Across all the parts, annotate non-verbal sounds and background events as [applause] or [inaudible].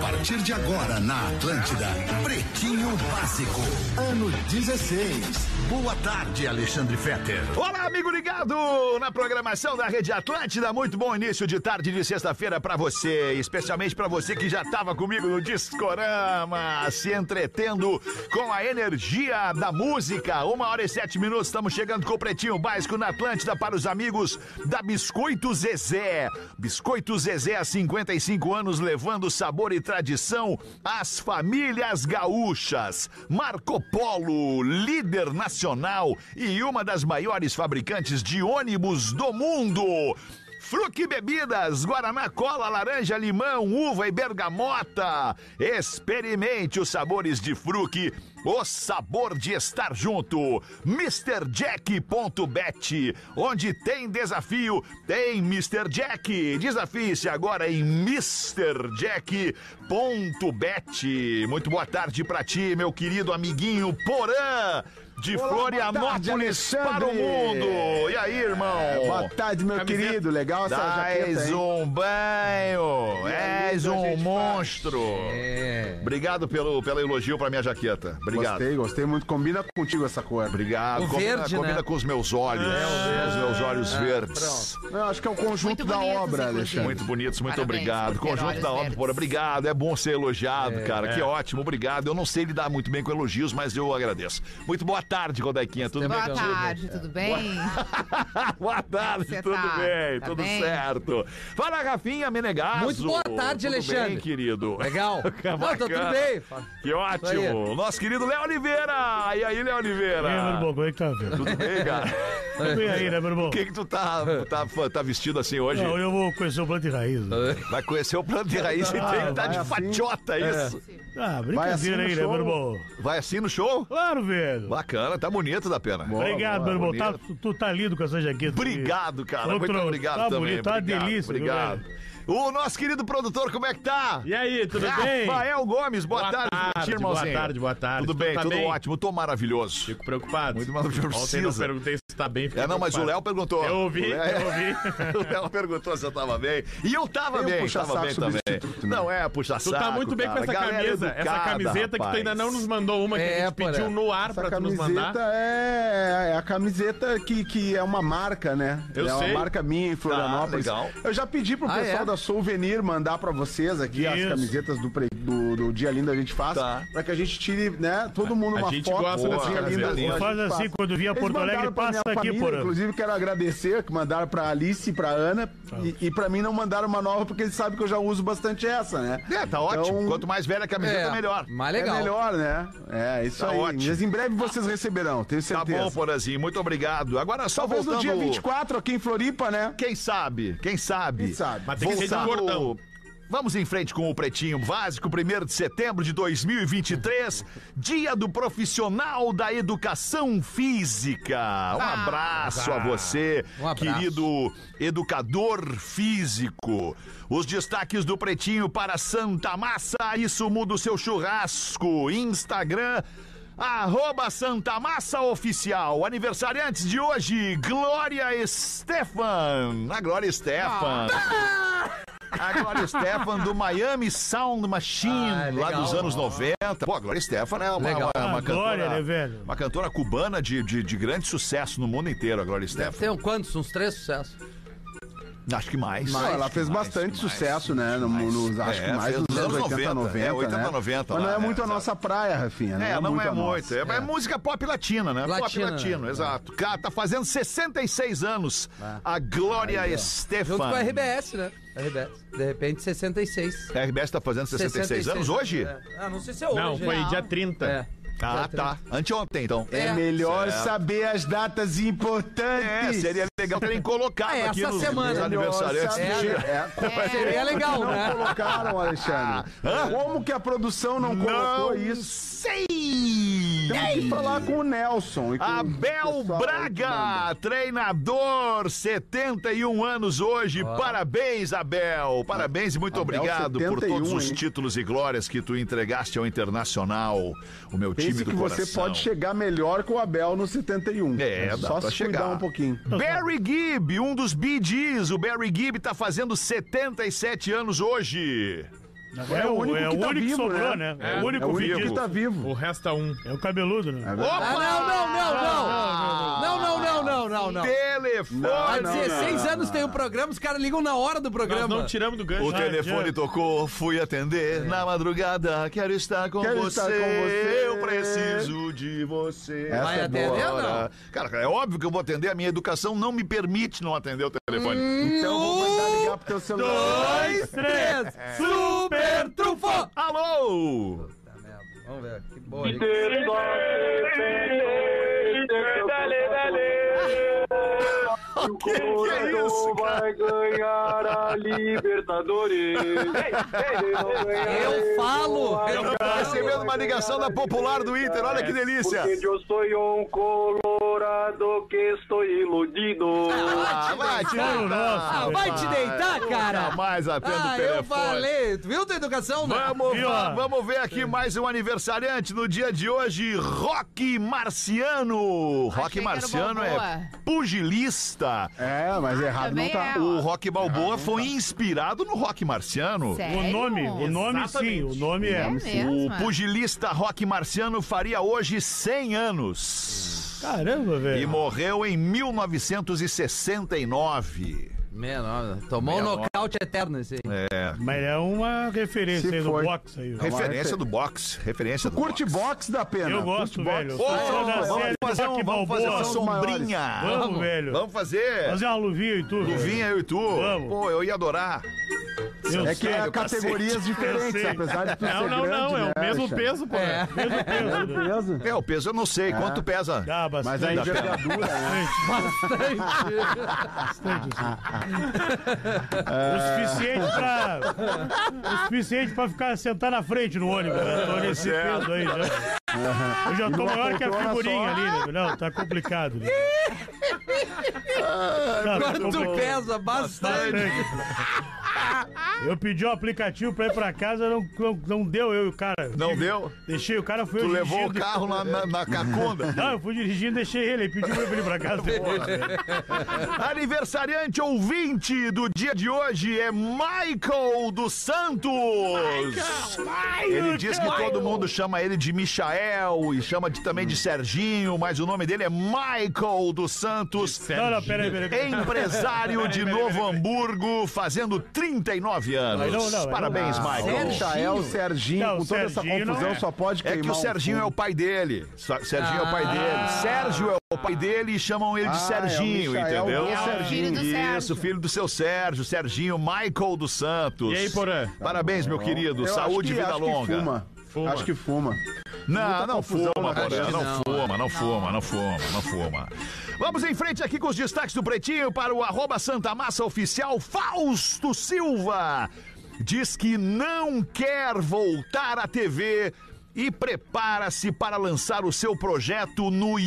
partir de agora na Atlântida. Pretinho Básico, ano 16. Boa tarde, Alexandre Fetter. Olá, amigo ligado na programação da Rede Atlântida. Muito bom início de tarde de sexta-feira pra você, especialmente pra você que já tava comigo no Discorama, se entretendo com a energia da música. Uma hora e sete minutos, estamos chegando com o Pretinho Básico na Atlântida para os amigos da Biscoito Zezé. Biscoito Zezé há 55 anos levando sabor e tradição às famílias gaúchas. Marco Polo, líder nacional e uma das maiores fabricantes de ônibus do mundo. Fruque Bebidas, Guaraná, Cola, Laranja, Limão, Uva e Bergamota. Experimente os sabores de Fruque, o sabor de estar junto. MrJack.bet, onde tem desafio, tem Mr. Jack. Desafie-se agora em MrJack.bet. Muito boa tarde pra ti, meu querido amiguinho Porã. De Olá, boa tarde, Florianópolis para o Alexandre. mundo. E aí, irmão? Boa tarde, meu Camiseta. querido. Legal essa jaqueta, És hein? um banho, aí, és então, um gente, monstro. É. Obrigado pelo, pelo elogio pra minha jaqueta. Obrigado. Gostei, gostei muito. Combina contigo essa cor. Obrigado. O combina verde, combina né? com os meus É, olhos. com os meus Ah, olhos verdes. Eu acho que é o conjunto Muito da bonitos, obra, inclusive. Alexandre. Muito bonitos, muito Parabéns obrigado. por ter Conjunto olhos da obra, verdes. por obrigado. É bom ser elogiado, cara. é. Que ótimo, obrigado. Eu não sei lidar muito bem com elogios, mas eu agradeço. Muito boa tarde, Godequinha. Tudo bem? Boa Legal. tarde, tudo bem? Boa tarde, Você Tá tudo tá- bem, tá tudo bem? certo. Fala, Rafinha Menegasso. Muito boa tarde, tudo Bem, Alexandre. querido. Legal. Não, tá tudo Bacana. bem. Que ótimo! Nosso querido Léo Oliveira! E aí, Léo Oliveira? E aí, Bourbon, como é que tá, velho? Tudo bem, [laughs] cara? Tudo bem aí, né, Bourbon? O que que tu tá, tá, tá vestido assim hoje? Não, eu vou conhecer o planta de raiz. né? Vai conhecer o plano de raiz e tem que tá vai de assim. fatiota, isso. Ah, Vai assim no brincadeira aí, né, show? Bourbon? Vai assim no show? Claro, velho. Bacana, tá bonito da pena. Obrigado, Bourbon. bonito. Tá, tu, tu tá lindo com essa jaqueta. Obrigado, cara. Ô, Muito Tron, obrigado tá também. bonito, tá uma obrigado, delícia, viu, Obrigado. O nosso querido produtor, como é que tá? E aí, tudo bem? Rafael Gomes, boa, Boa tarde, tarde, irmãozinho. boa tarde, boa tarde. Tudo Tu bem, tá tudo bem? ótimo. Tô maravilhoso. Fico preocupado. Muito mal, não Ontem não precisa. perguntei se tá bem. fiquei É, não, mas o preocupado. Léo perguntou. Eu ouvi, O Léo- eu ouvi. [laughs] O Léo perguntou se eu tava bem. E eu tava Tem um bem, puxa-saco tava bem também. substituto, né? Não é, puxa Tu saco. tá muito bem cara. com essa Galera camisa. essa educada, camiseta que tu ainda não nos rapaz. mandou uma que É, a gente porra. pediu no ar Essa pra tu nos mandar. camiseta é, é a camiseta que, que é uma marca, né? Eu é sei. uma marca minha em Florianópolis. legal. Eu já pedi pro Ah, pessoal é? da Souvenir mandar pra vocês aqui as Isso. camisetas do, pre- do, do Dia Lindo a gente faz, Tá. pra que a gente tire, né, todo mundo A uma gente foto gosta do dessa Dia Lindo, camiseta. a gente Faz assim, quando vier a Eles Porto Alegre, mandaram pra passa minha aqui, família, porra. Inclusive, quero agradecer que mandaram pra Alice e pra Ana. E, e pra mim não mandaram uma nova, porque eles sabem que eu já uso bastante essa, né? É, tá ótimo. Quanto mais velha a camiseta, melhor. Mais É legal. melhor, né? É, isso Tá aí. ótimo. Mas em breve vocês receberão, tenho Tá certeza. bom, Porazinho, muito obrigado. Agora só Talvez voltando... no dia 24 aqui em Floripa, né? Quem sabe, quem sabe. Quem sabe? Mas tem que ser de Voltando- cordão. Vamos em frente com o Pretinho Básico, 1 de setembro de 2023, dia do profissional da educação física. Um Ah, abraço a você, Um abraço. querido educador físico. Os destaques do Pretinho para Santa Massa, isso muda o seu churrasco. Instagram. Arroba Santa Massa Oficial. Aniversariantes de hoje, Glória Estefan. A Glória Estefan. Ah. A Glória Stefan do Miami Sound Machine, Ah, legal. lá dos anos 90. Pô, a Glória Stefan é uma, Legal. uma, uma Ah, cantora, Glória, né, velho? uma cantora cubana de, de, de grande sucesso no mundo inteiro, a Glória Stefan. Tem um quantos? Uns três sucessos. Acho que mais. Não, ela fez mais, mais, bastante sucesso, né? No, mais. nos- acho É, que mais fez nos anos 80, 90. É, 80, né? 90. Mas não lá, é muito a exato. nossa praia, Rafinha. É, não é a nossa. muito. É, é música pop latina, né? Latina, pop latino, né? exato. Cara, tá fazendo 66 anos a Glória Estefan. Junto com a RBS, né? RBS. De repente, 66. A RBS tá fazendo 66, anos hoje? É. Ah, não sei se é hoje. Não, foi né? dia 30. É. Ah, tá. Anteontem, então. É É. melhor Certo. saber as datas É, importantes. seria legal terem colocado Ah, é, aqui essa nos, semana. nos Melhor aniversariantes. saber. do dia. É, É. Seria legal, não né? colocaram, Alexandre. Ah, Hã? Como que a produção não, colocou isso? sei! Tem que falar com o Nelson. e com o Abel pessoal aí que manda. Braga, treinador, 71 anos hoje. Parabéns, Abel. Parabéns e muito Abel, obrigado por 71, todos os hein? títulos e glórias que tu entregaste ao Internacional, o meu time Pense do que coração. você pode chegar melhor que o Abel no 71. É, dá só pra se chegar. cuidar um pouquinho. Barry Gibb, um dos BDs. O Barry Gibb tá fazendo 77 anos hoje. É o, é o único que vivo, sobrou, né? É, o único É o único fedido. que tá vivo. O resta um. É o cabeludo, né? verdade. Opa! Ah, não, não, não, não. Não, não, não, não, não, não. Há Telefone! não, 16 não, anos tem um programa, os caras ligam na hora do Nós programa. não tiramos do O gancho. Ah, é. telefone tocou, fui É. atender na madrugada. Quero estar com, Quero você. estar com você. Eu preciso de você. Essa Vai é atender, boa. não? Cara, é óbvio que eu vou atender. A minha educação não me permite não atender o telefone. Hum. Então eu vou mandar ligar pro teu celular. Dois, três, É. super trufo! Alô! Vamos ver, que boa. Dale, dale. O que, que é isso, cara? vai ganhar a Libertadores. Eu falo, Ah, eu Recebendo falo. uma ligação da popular do Inter. Olha que delícia. Porque eu sou um colorado que estou iludido. Ah, vai te deitar. Ah, vai te deitar, cara! Nunca mais atendo o Ah, eu telefone. falei. Tu viu tua educação, né? Vamos, Viu, va- ó? vamos ver aqui mais um aniversariante no dia de hoje, Rock Marciano. Rock Achei que era o Marciano é Balboa. pugilista. É, mas errado não Também tá. é. O Rock Balboa foi inspirado no Rock Marciano. Sério? O nome, o nome sim, Exatamente. o nome é. É mesmo? O pugilista Rock Marciano faria hoje 100 anos. Caramba, E velho. morreu em 1969. Meu nome, Tomou um nocaute eterno esse aí. Mas é uma referência Se aí do foi. box aí. referência do boxe. Referência do Curte boxe. box da pena. Eu Curte gosto, boxe. velho. Ô, Sou fã da vamos série fazer Rock um- vamos fazer uma Balboa. som- sombrinha. Vamos, velho. Vamos fazer. Fazer uma luvinha e tudo. Luvinha, eu e tu. Vamos. Pô, eu ia adorar. Eu É que sei, é eu cacete. categorias Eu diferentes, sei. apesar de tu Não, ser não, grande, não. É né, o mesmo Alexandre? peso, pô. É. Mesmo peso. né? Peso? É, o peso eu não sei. Quanto pesa? Dá Mas bastante. a tá. envergadura, né? O suficiente pra. O suficiente pra ficar sentar na frente no ônibus. Né? Tô nesse Certo. peso aí já. Eu já tô numa maior que a poltrona figurinha só. ali, né? Não, tá complicado. Né? Não, tá Quanto complicado. pesa bastante. Eu pedi o aplicativo pra ir pra casa, não, não, não deu eu e o cara. Não deu? Deixei o cara, fui Tu eu levou o dirigindo. carro na, na, na [laughs] cacunda. Não, eu fui dirigindo, deixei ele, ele pediu pra eu ir pra casa. Aniversariante ouvinte do dia de hoje é Michael dos Santos. Ele diz que todo mundo chama ele de Michael e chama de- também de Serginho, mas o nome dele é Michael dos Santos. não, não, peraí, peraí. peraí. Empresário [laughs] de Novo Hamburgo, fazendo 39 anos. Não, não, não. Parabéns, Michael. Sério? Puxa, é o Serginho, Não, com toda Serginho essa não confusão, é. só pode Tá É queimar um que o Serginho é o pai dele. Sa- Serginho é o pai dele. Sérgio é o pai dele e chamam ele de Ah, Serginho, é o Michael entendeu? do É o Serginho. filho do Isso, Sérgio. filho do seu Sérgio, Serginho, Michael dos Santos. E aí, Porã? Parabéns, meu querido. Saúde e vida longa. Fuma. Fuma. Acho que fuma. Não, não fuma, confusão na Porã. cabeça. Não, fuma, não fuma, não fuma, não fuma. Vamos em frente aqui com os destaques do Pretinho para o arroba Santa Massa Oficial Fausto Silva. Diz que não quer voltar à TV e prepara-se para lançar o seu projeto no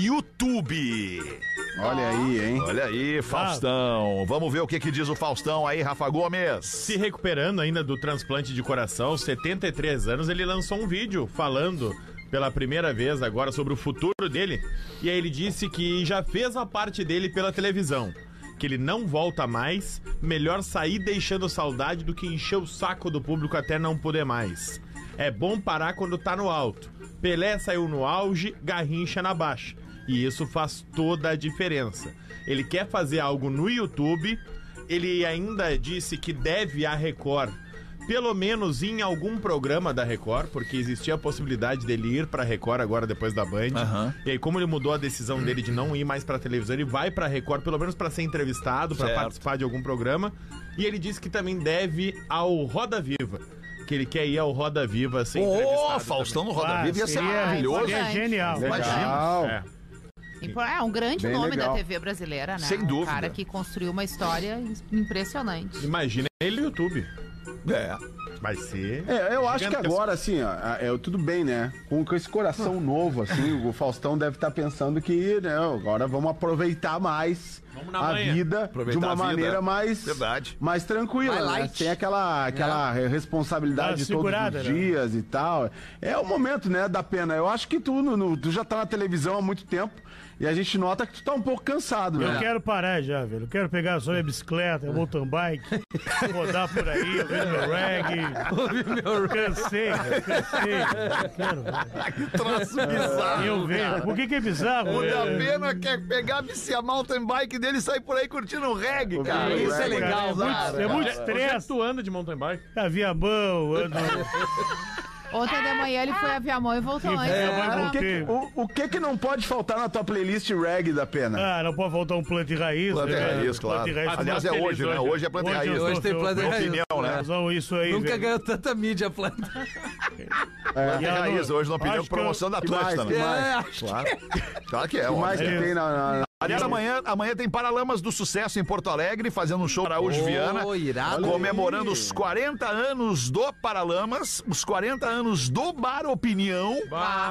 YouTube. Olha aí, hein? Olha aí, Faustão. Vamos ver o que, que diz o Faustão aí, Rafa Gomes. Se recuperando ainda do transplante de coração, aos 73 anos, ele lançou um vídeo falando pela primeira vez agora sobre o futuro dele. E aí ele disse que já fez a parte dele pela televisão. Que ele não volta mais, melhor sair deixando saudade do que encher o saco do público até não poder mais. É bom parar quando tá no alto. Pelé saiu no auge, Garrincha na baixa. E isso faz toda a diferença. Ele quer fazer algo no YouTube ele ainda disse que deve à Record, pelo menos em algum programa da Record, porque existia a possibilidade dele ir pra Record agora depois da Band. E aí, como ele mudou a decisão dele de não ir mais pra televisão, ele vai pra Record, pelo menos pra ser entrevistado, pra Certo. participar de algum programa. E ele disse que também deve ao Roda Viva. Que ele quer ir ao Roda Viva ser Ô, entrevistado. Faustão no Roda Ah, Viva ia ser seria- maravilhoso. seria é genial. Legal. É. E por- É um grande Bem nome legal. da TV brasileira, né? Sem Um dúvida. cara que construiu uma história impressionante. Imagina ele no YouTube. É. Vai ser. É, eu acho que Gigantesco. agora, assim, ó, é, tudo bem, né? Com, com esse coração novo, assim, o Faustão deve estar pensando que, né, agora vamos aproveitar mais Vamos na a manhã. vida Aproveitar de a uma vida. maneira mais, Verdade. mais tranquila, Mais né? light. Sem aquela, É. aquela Dá responsabilidade de todos segurada, os né? dias e tal. É o momento, né, da pena. Eu acho que tu, no- no- tu já tá na televisão há muito tempo E a gente nota que tu tá um pouco cansado, Eu é. né? quero parar já, velho. Eu quero pegar só minha bicicleta, mountain bike, rodar por aí, ouvir meu reggae. Ouvi meu Cansei, cara, cansei. Não Quero, velho. Que troço bizarro. eu vejo. Por que que é bizarro? O É, da pena quer pegar a mountain bike dele e sair por aí curtindo um reggae, cara. Isso é legal, é muito- cara. um é muito Onde é que estresse. tu anda de mountain bike? A Viamão, ando Ontem de manhã ele foi a Viamão e é voltou E antes. veio, do mas programa. O que, que- o, o que que não pode faltar na tua playlist reggae da pena? Ah, não pode faltar um planta e raiz. Planta e né, cara? raiz, claro. Planta e raiz. Aliás, é Feliz hoje, né? hoje. Hoje é planta e Hoje raiz. eu né? sou- Hoje tem planta Minha raiz. opinião, né? Usam isso aí, Nunca velho. ganhou tanta mídia, planta. Planta e raiz hoje, na opinião Acho de que promoção da que Atlântida. mais, que né? É, Claro. Claro que é, O mais óbvio. que é. tem na- na, Aliás, amanhã, amanhã tem Paralamas do Sucesso em Porto Alegre, fazendo um show para Araújo Viana. Ô, irado. Comemorando os 40 anos do Paralamas, os 40 anos do Bar Opinião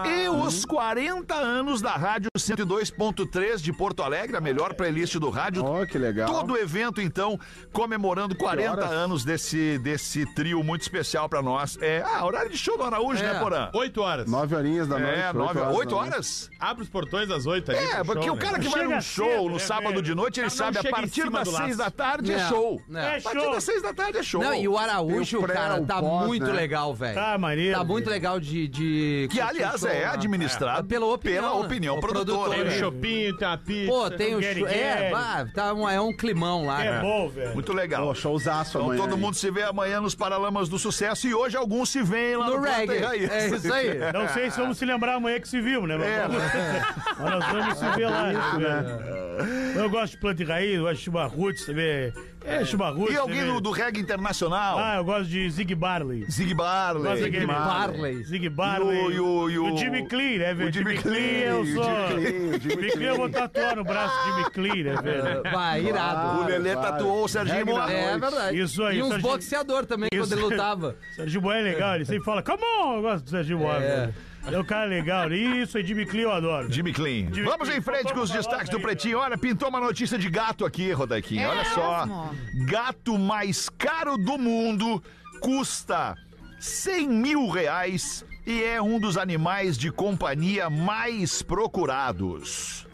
e os 40 anos da Rádio 102.3 de Porto Alegre, a melhor playlist do rádio. Ó, que legal. Todo o evento, então, comemorando 40 horas? anos desse, desse trio muito especial para nós. É, ah, horário de show do Araújo, É. né, Porã? 8 horas. Nove horinhas da noite. É, oito 9 horas 8 da noite. horas? Abre os portões às 8 ali. É, pro porque show, o cara né? que vai Chega num show cedo, no é, sábado velho. de noite, ele Não sabe, a chega em partir cima das do 6 laço. da tarde é Não, show. não. A É partir show. das 6 da tarde é show. Não, e o Tem Araújo, o pré, cara, o tá pós, muito né? legal, velho. Tá maneiro. Tá muito legal de. de Que, aliás, é administrado É, pela opinião, pela né? opinião O produtora. produtor, Tem um né? o chopinho, tem a pizza. Pô, tem o Gary show. É, Gary. bah, tá um, é um climão lá. É cara. bom, velho. Muito legal. Pô, showzaço Então amanhã. todo hein? mundo se vê amanhã nos Paralamas do Sucesso e hoje alguns se veem lá no, No Planta e reggae. Raiz. É isso aí. Não sei se vamos se lembrar amanhã que se viu, né? Mas, É, vamos- [laughs] mas nós vamos se ver lá. né? né? Eu gosto de planta e raiz, eu gosto de chumarrutes também. É, chumarrutes. E alguém também. do, do reggae internacional? Ah, eu gosto de Zig Barley. Zig Gosto Barley. daquele- Barley. Zig Barley. E o- e o- o Jimmy Clean, né, velho? o Jimmy Clean, eu o sou. Jimmy Clean, o Jimmy Jimmy Clean, eu vou tatuar no braço do Jimmy Clean, né, velho? Vai, irado. O Claro, Lelê claro. tatuou o Serginho Reggae na Moá. É verdade. Isso aí, E uns Serginho. boxeador também, quando ele lutava. Serginho Boy é legal, ele sempre fala, come on, eu gosto do Serginho Boy, velho. É um cara legal. Isso aí, Jimmy Clean, eu adoro. Jimmy Clean. Jimmy Vamos Clean, em frente com os vamos falar destaques do aí, Pretinho. Olha, pintou uma notícia de gato aqui, Rodaquinho. É Olha só. mesmo? Gato mais caro do mundo custa 100 mil reais e é um dos animais de companhia mais procurados.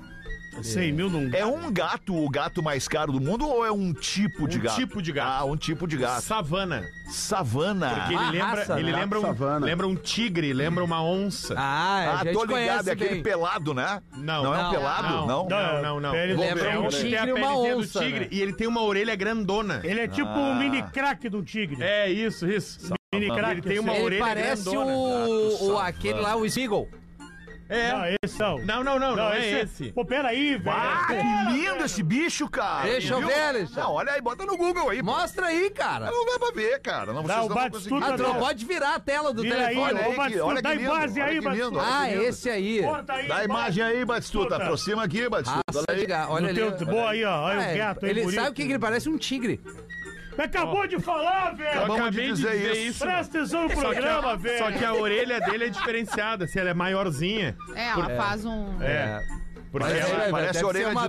100 mil num É um gato o gato mais caro do mundo ou é um tipo de Um gato? tipo de gato. Ah, um tipo de gato. Savana. Savana. Porque ele Ah, lembra, raça, ele né? lembra, Gato um, savana. lembra um tigre, lembra uma onça. Ah, a Ah, gente tô ligado, conhece é aquele bem. pelado, né? Não. Não é um Não, pelado, não? Não, não, não. Ele Lembra É um um tigre tem a e uma pelezinha onça, do tigre né? e ele tem uma orelha grandona. Ele é tipo um mini craque de um tigre. É isso, isso. mini craque. Ele tem uma assim. Ele orelha parece grandona. o, o aquele lá, o Smeagol. É. Não, esse não. Não, não, não, não, é esse. Pô, peraí, velho. Ah, que lindo esse bicho, cara! Deixa eu Viu? ver, Alexandre. Não, olha aí, bota no Google aí. pô. Mostra aí, cara. Não dá pra ver, cara. Não, Dá vocês o não Batistuta conseguir. Não, Ah, tu não não. pode virar a tela do Vira aí, né? telefone. Olha ô né? aí que- olha Batistuta, que dá em lindo, base olha aí, que lindo. Batistuta. Ah, esse aí. Corta aí, Dá a imagem aí, Batistuta. Aproxima aqui, Batistuta. Raça Olha de aí. gato. Olha No ali. teu- boa aí, ó. Olha Ah, o gato aí, Ele bonito. sabe o que que ele parece? Um tigre. Acabou de falar, velho. Acabou. Acabei Acabamos de de dizer dizer, isso. isso. Presta atenção no Só que, programa, a, velho. só que a orelha dele é diferenciada, se ela é maiorzinha. É, ela faz um. É. Porque Mas ela, é- parece deve orelha ser uma de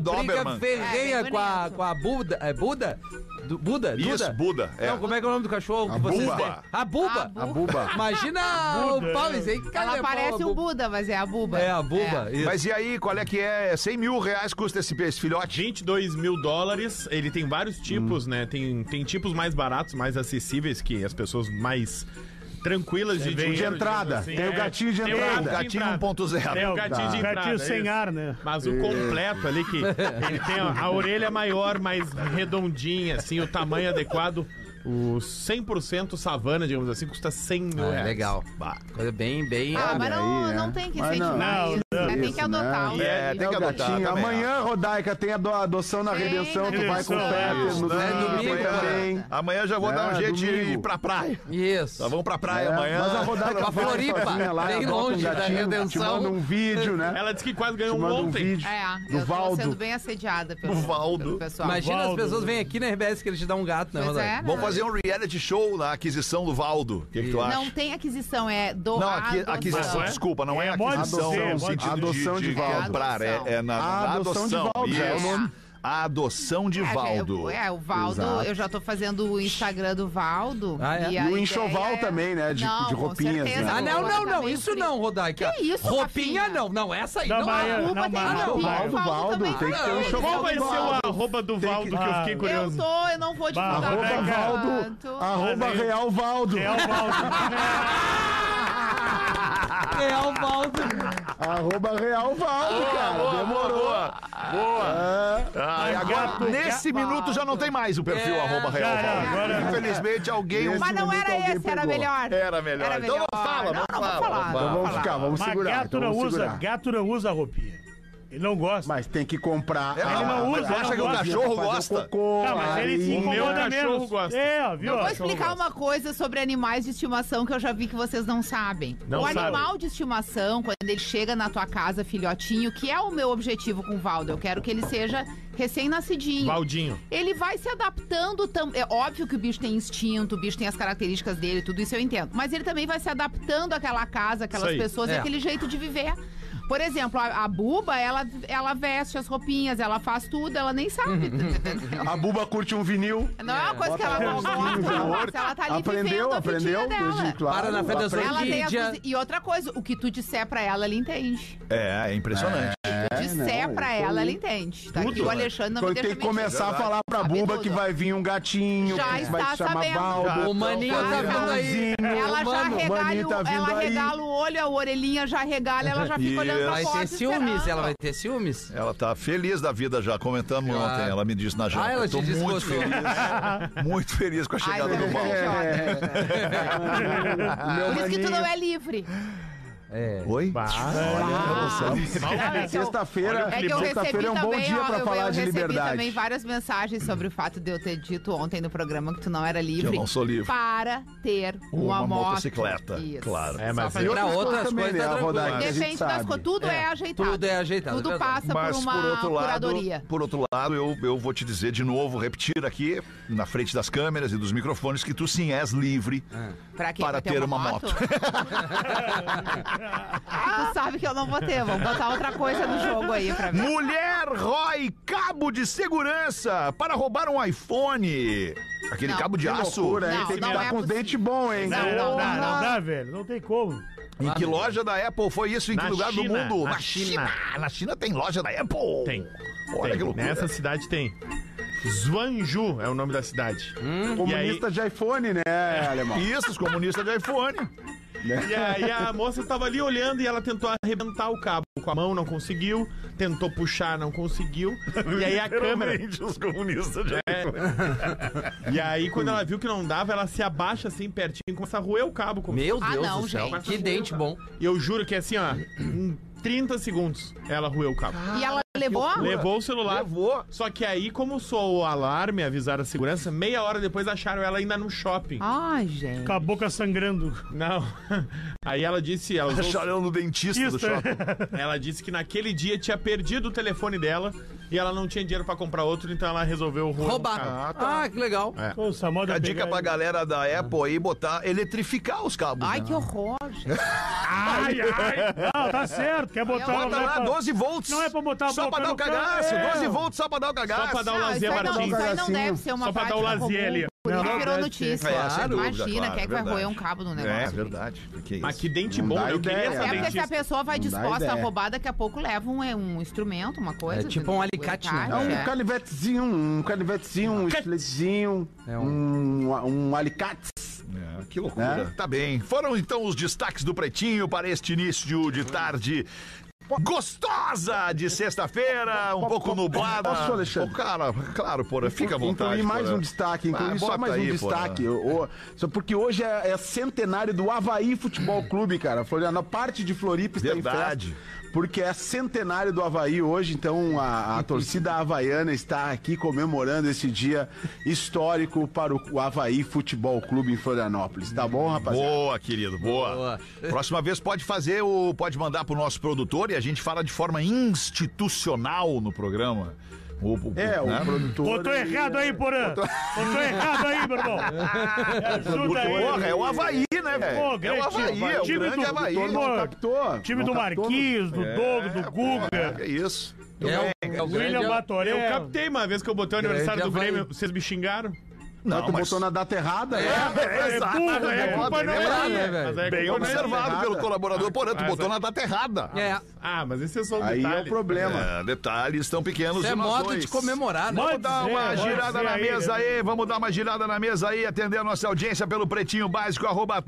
briga Doberman. ferrenha É, bem com, a, bonito. com a Buda. É Buda? Du- Buda? Isso, Duda? Buda. É. Não, como é que é o nome do cachorro? A que vocês Buba. têm? A Buba. A Buba. A Buba. Imagina Buda, o Paulo aí. que Ah, Ela cara é parece boa, o Buba. Buda, mas é a Buba. É, a Buba. Isso. Mas e aí, qual é que é? 100 mil reais custa esse, esse filhote? 22 mil dólares, ele tem vários tipos, né? Tem, tem tipos mais baratos, mais acessíveis, que as pessoas mais tranquilas de, dinheiro, de entrada. digamos assim. Tem o É, gatinho de tem entrada. O de gatinho entrada. É, 1.0. o gatinho de entrada. é Gatinho sem isso. ar, né? Mas o completo ali que ele tem a, a orelha maior, mais redondinha, assim, o tamanho adequado. O 100% savana, digamos assim, custa 100 mil Ah, reais. legal. Coisa bem, bem. Ah, mas não, aí, né? não tem que Mas não, incentivar não, isso. não, né? Tem isso, que adotar. né? os É, filhos. tem que adotar. Gatinho. também Amanhã, Rodaica, tem a do- adoção na Tem, redenção. Tu vai com redenção, o Peter é. no É, domingo domingo, também. Amanhã já vou É, dar um jeito de domingo. ir pra praia. Isso. Tá, vamos pra praia É, amanhã. Mas a Rodaica Pra vai Floripa, sozinha lá, bem adota um longe da gatinho, Te redenção. manda um vídeo, né? Ela disse que quase ganhou Te um manda um ontem. vídeo É, do eu tô sendo Valdo. bem assediada pelo, Do Valdo. pelo pessoal. Imagina Valdo, as pessoas né? vêm aqui na RBS que eles te dão um gato, né, Tá Pois Rodaico? é, Vamos né? fazer um reality show na aquisição do Valdo. O que, que tu acha? Não tem aquisição, é doar. Não, aqui, aquisição, é? desculpa, não é, É, pode aquisição ser, no pode sentido ser. Adoção de, de Valdo. comprar, é, é na, na Ah, adoção. adoção de Valdo, isso. é o nome. a adoção de Valdo. É, é, o Valdo, Exato. eu já tô fazendo o Instagram do Valdo. Ah, é? e a No ideia- enxoval também, né? De, Não, de com roupinhas, né? certeza, vou Ah, não, botar não, não. também Isso free. não, Rodaica. Que isso, Roupinha Rafinha? não, não. Essa aí Da não. Bahia. Ah, Desculpa, Não, tem mas- roupinha, Não, Valdo, Valdo, também tem que ter um não. enxoval Qual vai ser o arroba do Valdo que eu fiquei Ah, Eu curioso? tô, eu não vou divulgar Arroba por Valdo, enquanto. arroba Valeu. Real Valdo. É o Valdo. É o Valdo. Arroba Real Valdo, cara. Demorou. É, Ah, e agora, nesse minuto já não tem mais o perfil É. arroba Real Cara, Valdo. agora- Infelizmente alguém Nesse Mas não momento era alguém esse, era pegou. É, melhor. era melhor. Era Então não melhor. fala, não, Não, não vou fala. não falar, não fala. Então vamos ficar, vamos Mas segurar. gato então não vamos usa, segurar. gato não usa roupinha. Ele não gosta. Mas tem que comprar. É, a- ele não usa, a- ele não acha que o gosta. cachorro pra fazer o gosta. Cocô, Tá, mas ele se aí- meu incomoda cachorro mesmo. gosta. É, ó, viu? Não, ó, Vou Cachorro explicar gosta. uma coisa sobre animais de estimação que eu já vi que vocês não sabem. Não o sabe. animal de estimação, quando ele chega na tua casa, filhotinho, que é o meu objetivo com o Valdo, eu quero que ele seja recém-nascidinho. Valdinho. Ele vai se adaptando. tam- É óbvio que o bicho tem instinto, o bicho tem as características dele, tudo isso eu entendo. Mas ele também vai se adaptando àquela casa, Isso àquelas aí. pessoas É. e aquele jeito de viver. Por exemplo, a, a Buba, ela, ela veste as roupinhas, ela faz tudo, ela nem sabe. entendeu? A Buba curte um vinil. [laughs] Não é uma coisa que ela Bota não um gosta, vinil, não amor. gosta, ela tá ali Aprendeu, vivendo a vidinha aprendeu. dela. desde, claro, Para na frente das aprende. oito. Ela tem as Orquídea. cozi- E outra coisa, o que tu disser pra ela, ela entende. É, é impressionante. O que tu disser não, pra isso ela, aí. ela entende. Tá? Que Tudo, o Alexandre não me Quando deixa tem que mentir. começar a falar pra Sabe Buba tudo. que vai vir um gatinho, Já que vai está se chamar sabendo. Baldo. O maninho tá Cara, vindo aí. Ela já Mano, regala, É, maninho tá o- vindo ela aí. regala o olho, a orelhinha já regala, ela já fica olhando pra Vai foto ter ciúmes, esperando. ela vai ter ciúmes. Ela tá feliz da vida já, comentamos Claro. ontem. Ela me disse na janta. Ah, ela Eu te tô disse que muito gostou. feliz. muito feliz com a Ai, chegada tu é do um Valdo. idiota. Por isso que tu não é livre. [laughs] É. Oi? É que eu- Sexta-feira É que eu recebi Ah, sexta-feira é um bom também, dia ó, pra eu- falar eu de recebi também liberdade. várias mensagens sobre o fato de eu ter dito ontem no programa que tu não era livre. Que eu não sou livre. Para ter uma, Uma moto. motocicleta, Isso. claro. É, mas Só assim, eu- Pra pra- outras também, coisas né, tá a tranquilo. Rodaica? a gente Depende das sabe. coisas. Tudo é, ajeitado. Tudo é ajeitado, é Tudo verdade. passa Mas por uma por outro lado, curadoria. por outro lado, eu, eu vou te dizer de novo, repetir aqui na frente das câmeras e dos microfones que tu sim és livre. É. Pra quê? Para Pra ter uma moto. Ah, tu sabe que eu não vou ter. Vamos botar outra coisa no jogo aí pra mim. Mulher rói cabo de segurança para roubar um iPhone. Aquele Não. cabo de Que aço. loucura, hein? Não, Tem que não estar é com os possível. dentes bons, hein? Não, não, dá, Porra. não dá, velho. Não tem como. Em que loja da Apple foi isso? Em que Na lugar do China, mundo? na Na China. Na China tem loja da Apple. Tem. Olha Tem. que loucura. Nessa cidade tem. Zhuangju é o nome da cidade. Comunista de iPhone, né, alemão? Isso, os comunistas de iPhone. E aí a moça tava ali olhando e ela tentou arrebentar o cabo com a mão, não conseguiu. Tentou puxar, não conseguiu. E aí a câmera. Literalmente, os comunistas de É. E aí, quando ela viu que não dava, ela se abaixa assim pertinho e começa a roer o cabo. Como... Meu Ah, Deus não, do céu. gente. Que dente bom. E eu juro que assim, ó, em 30 segundos ela roeu o cabo. E ela levou? Levou o celular. Levou. Só que aí, como soou o alarme, avisaram a segurança, meia hora depois acharam ela ainda no shopping. Ai, gente. Com a boca sangrando. Não. [laughs] Aí ela disse, ela, usou- Acharam no dentista do Isso. shopping. é. ela disse que naquele dia tinha perdido o telefone dela e ela não tinha dinheiro pra comprar outro, então ela resolveu roubar. Roubar. Ah, que legal. É. Pô, essa moda A dica pegar- pra galera da Apple aí botar, eletrificar os cabos. Ai, né? que horror, gente. Ai, ai. Não, tá certo. Quer botar Bota não Bota é lá pra- 12 volts. não é pra botar a Só boca pra dar no o cagaço. cara. 12 volts só pra dar É o cagaço. Só pra dar o Não, isso lazer, aí não, Martins. isso aí não Cagacinho. deve ser uma Só pra dar o prática lazer comum. ali. Por Não, isso não virou deve notícia. É, sem dúvida, Imagina, claro, quem é que vai verdade. roer um cabo no negócio? É gente? verdade. Que isso. Mas que dente Não bom, dá eu ideia. queria É essa Até porque se dentista. a pessoa vai Não dá disposta a ideia. roubar, daqui a pouco leva um, é, um instrumento, uma coisa. É tipo um alicate, né? É um é. canivetezinho, um canivetezinho, um estiletezinho, É um, um alicate. É, que loucura. Né? Tá bem. Foram então os destaques do Pretinho para este início de tarde. Gostosa de sexta-feira, um pouco nublada. Posso, Alexandre? Ô, cara, claro, porra, fica à vontade. Incluir mais porra. um destaque, incluir Ah, só bota mais um aí, porra. destaque. Ô, ô, só porque hoje é, é centenário do Havaí Futebol Clube, cara. Floriano, parte de Floripa está em Verdade. festa. Porque é centenário do Havaí hoje, então [laughs] a, a torcida havaiana está aqui comemorando esse dia histórico para o, o Havaí Futebol Clube em Florianópolis. Tá bom, rapaziada? Boa, querido, boa. Boa. Próxima vez pode fazer o. Pode mandar pro nosso produtor e a gente fala de forma institucional no programa. O- o- É, o né? produtor. Botou errado aí, Porã. Botou errado aí, meu irmão. Me Porque, Ajuda porra, aí. é o Havaí, né, Pô, velho? É grande o Havaí, é o time do- grande Havaí. do- tá Não captou. Time não do captou. Marquinhos, do Doug, do É, porra, Guga. É isso. É um- o, é o William grande- Batoré. Eu captei uma vez que eu botei o Grande aniversário do Havaí. Grêmio, vocês me xingaram. Mas tu botou na data errada, é? É Exato. burro, é Bem culpa não é lembrado, minha. né, velho? Mas aí a Bem culpa não é observado errada. pelo colaborador. Porém, tu mas botou é- na data errada. É. minha. Ah, mas esse é só um Aí é o detalhe. problema. É, detalhes tão pequenos. Isso é e nós modo dois. de comemorar, né? Mas- Vamos dar Pode uma ser, pode girada ser na aí, mesa né? aí, vamos dar uma girada na mesa aí, atender a nossa audiência pelo pretinho básico, arroba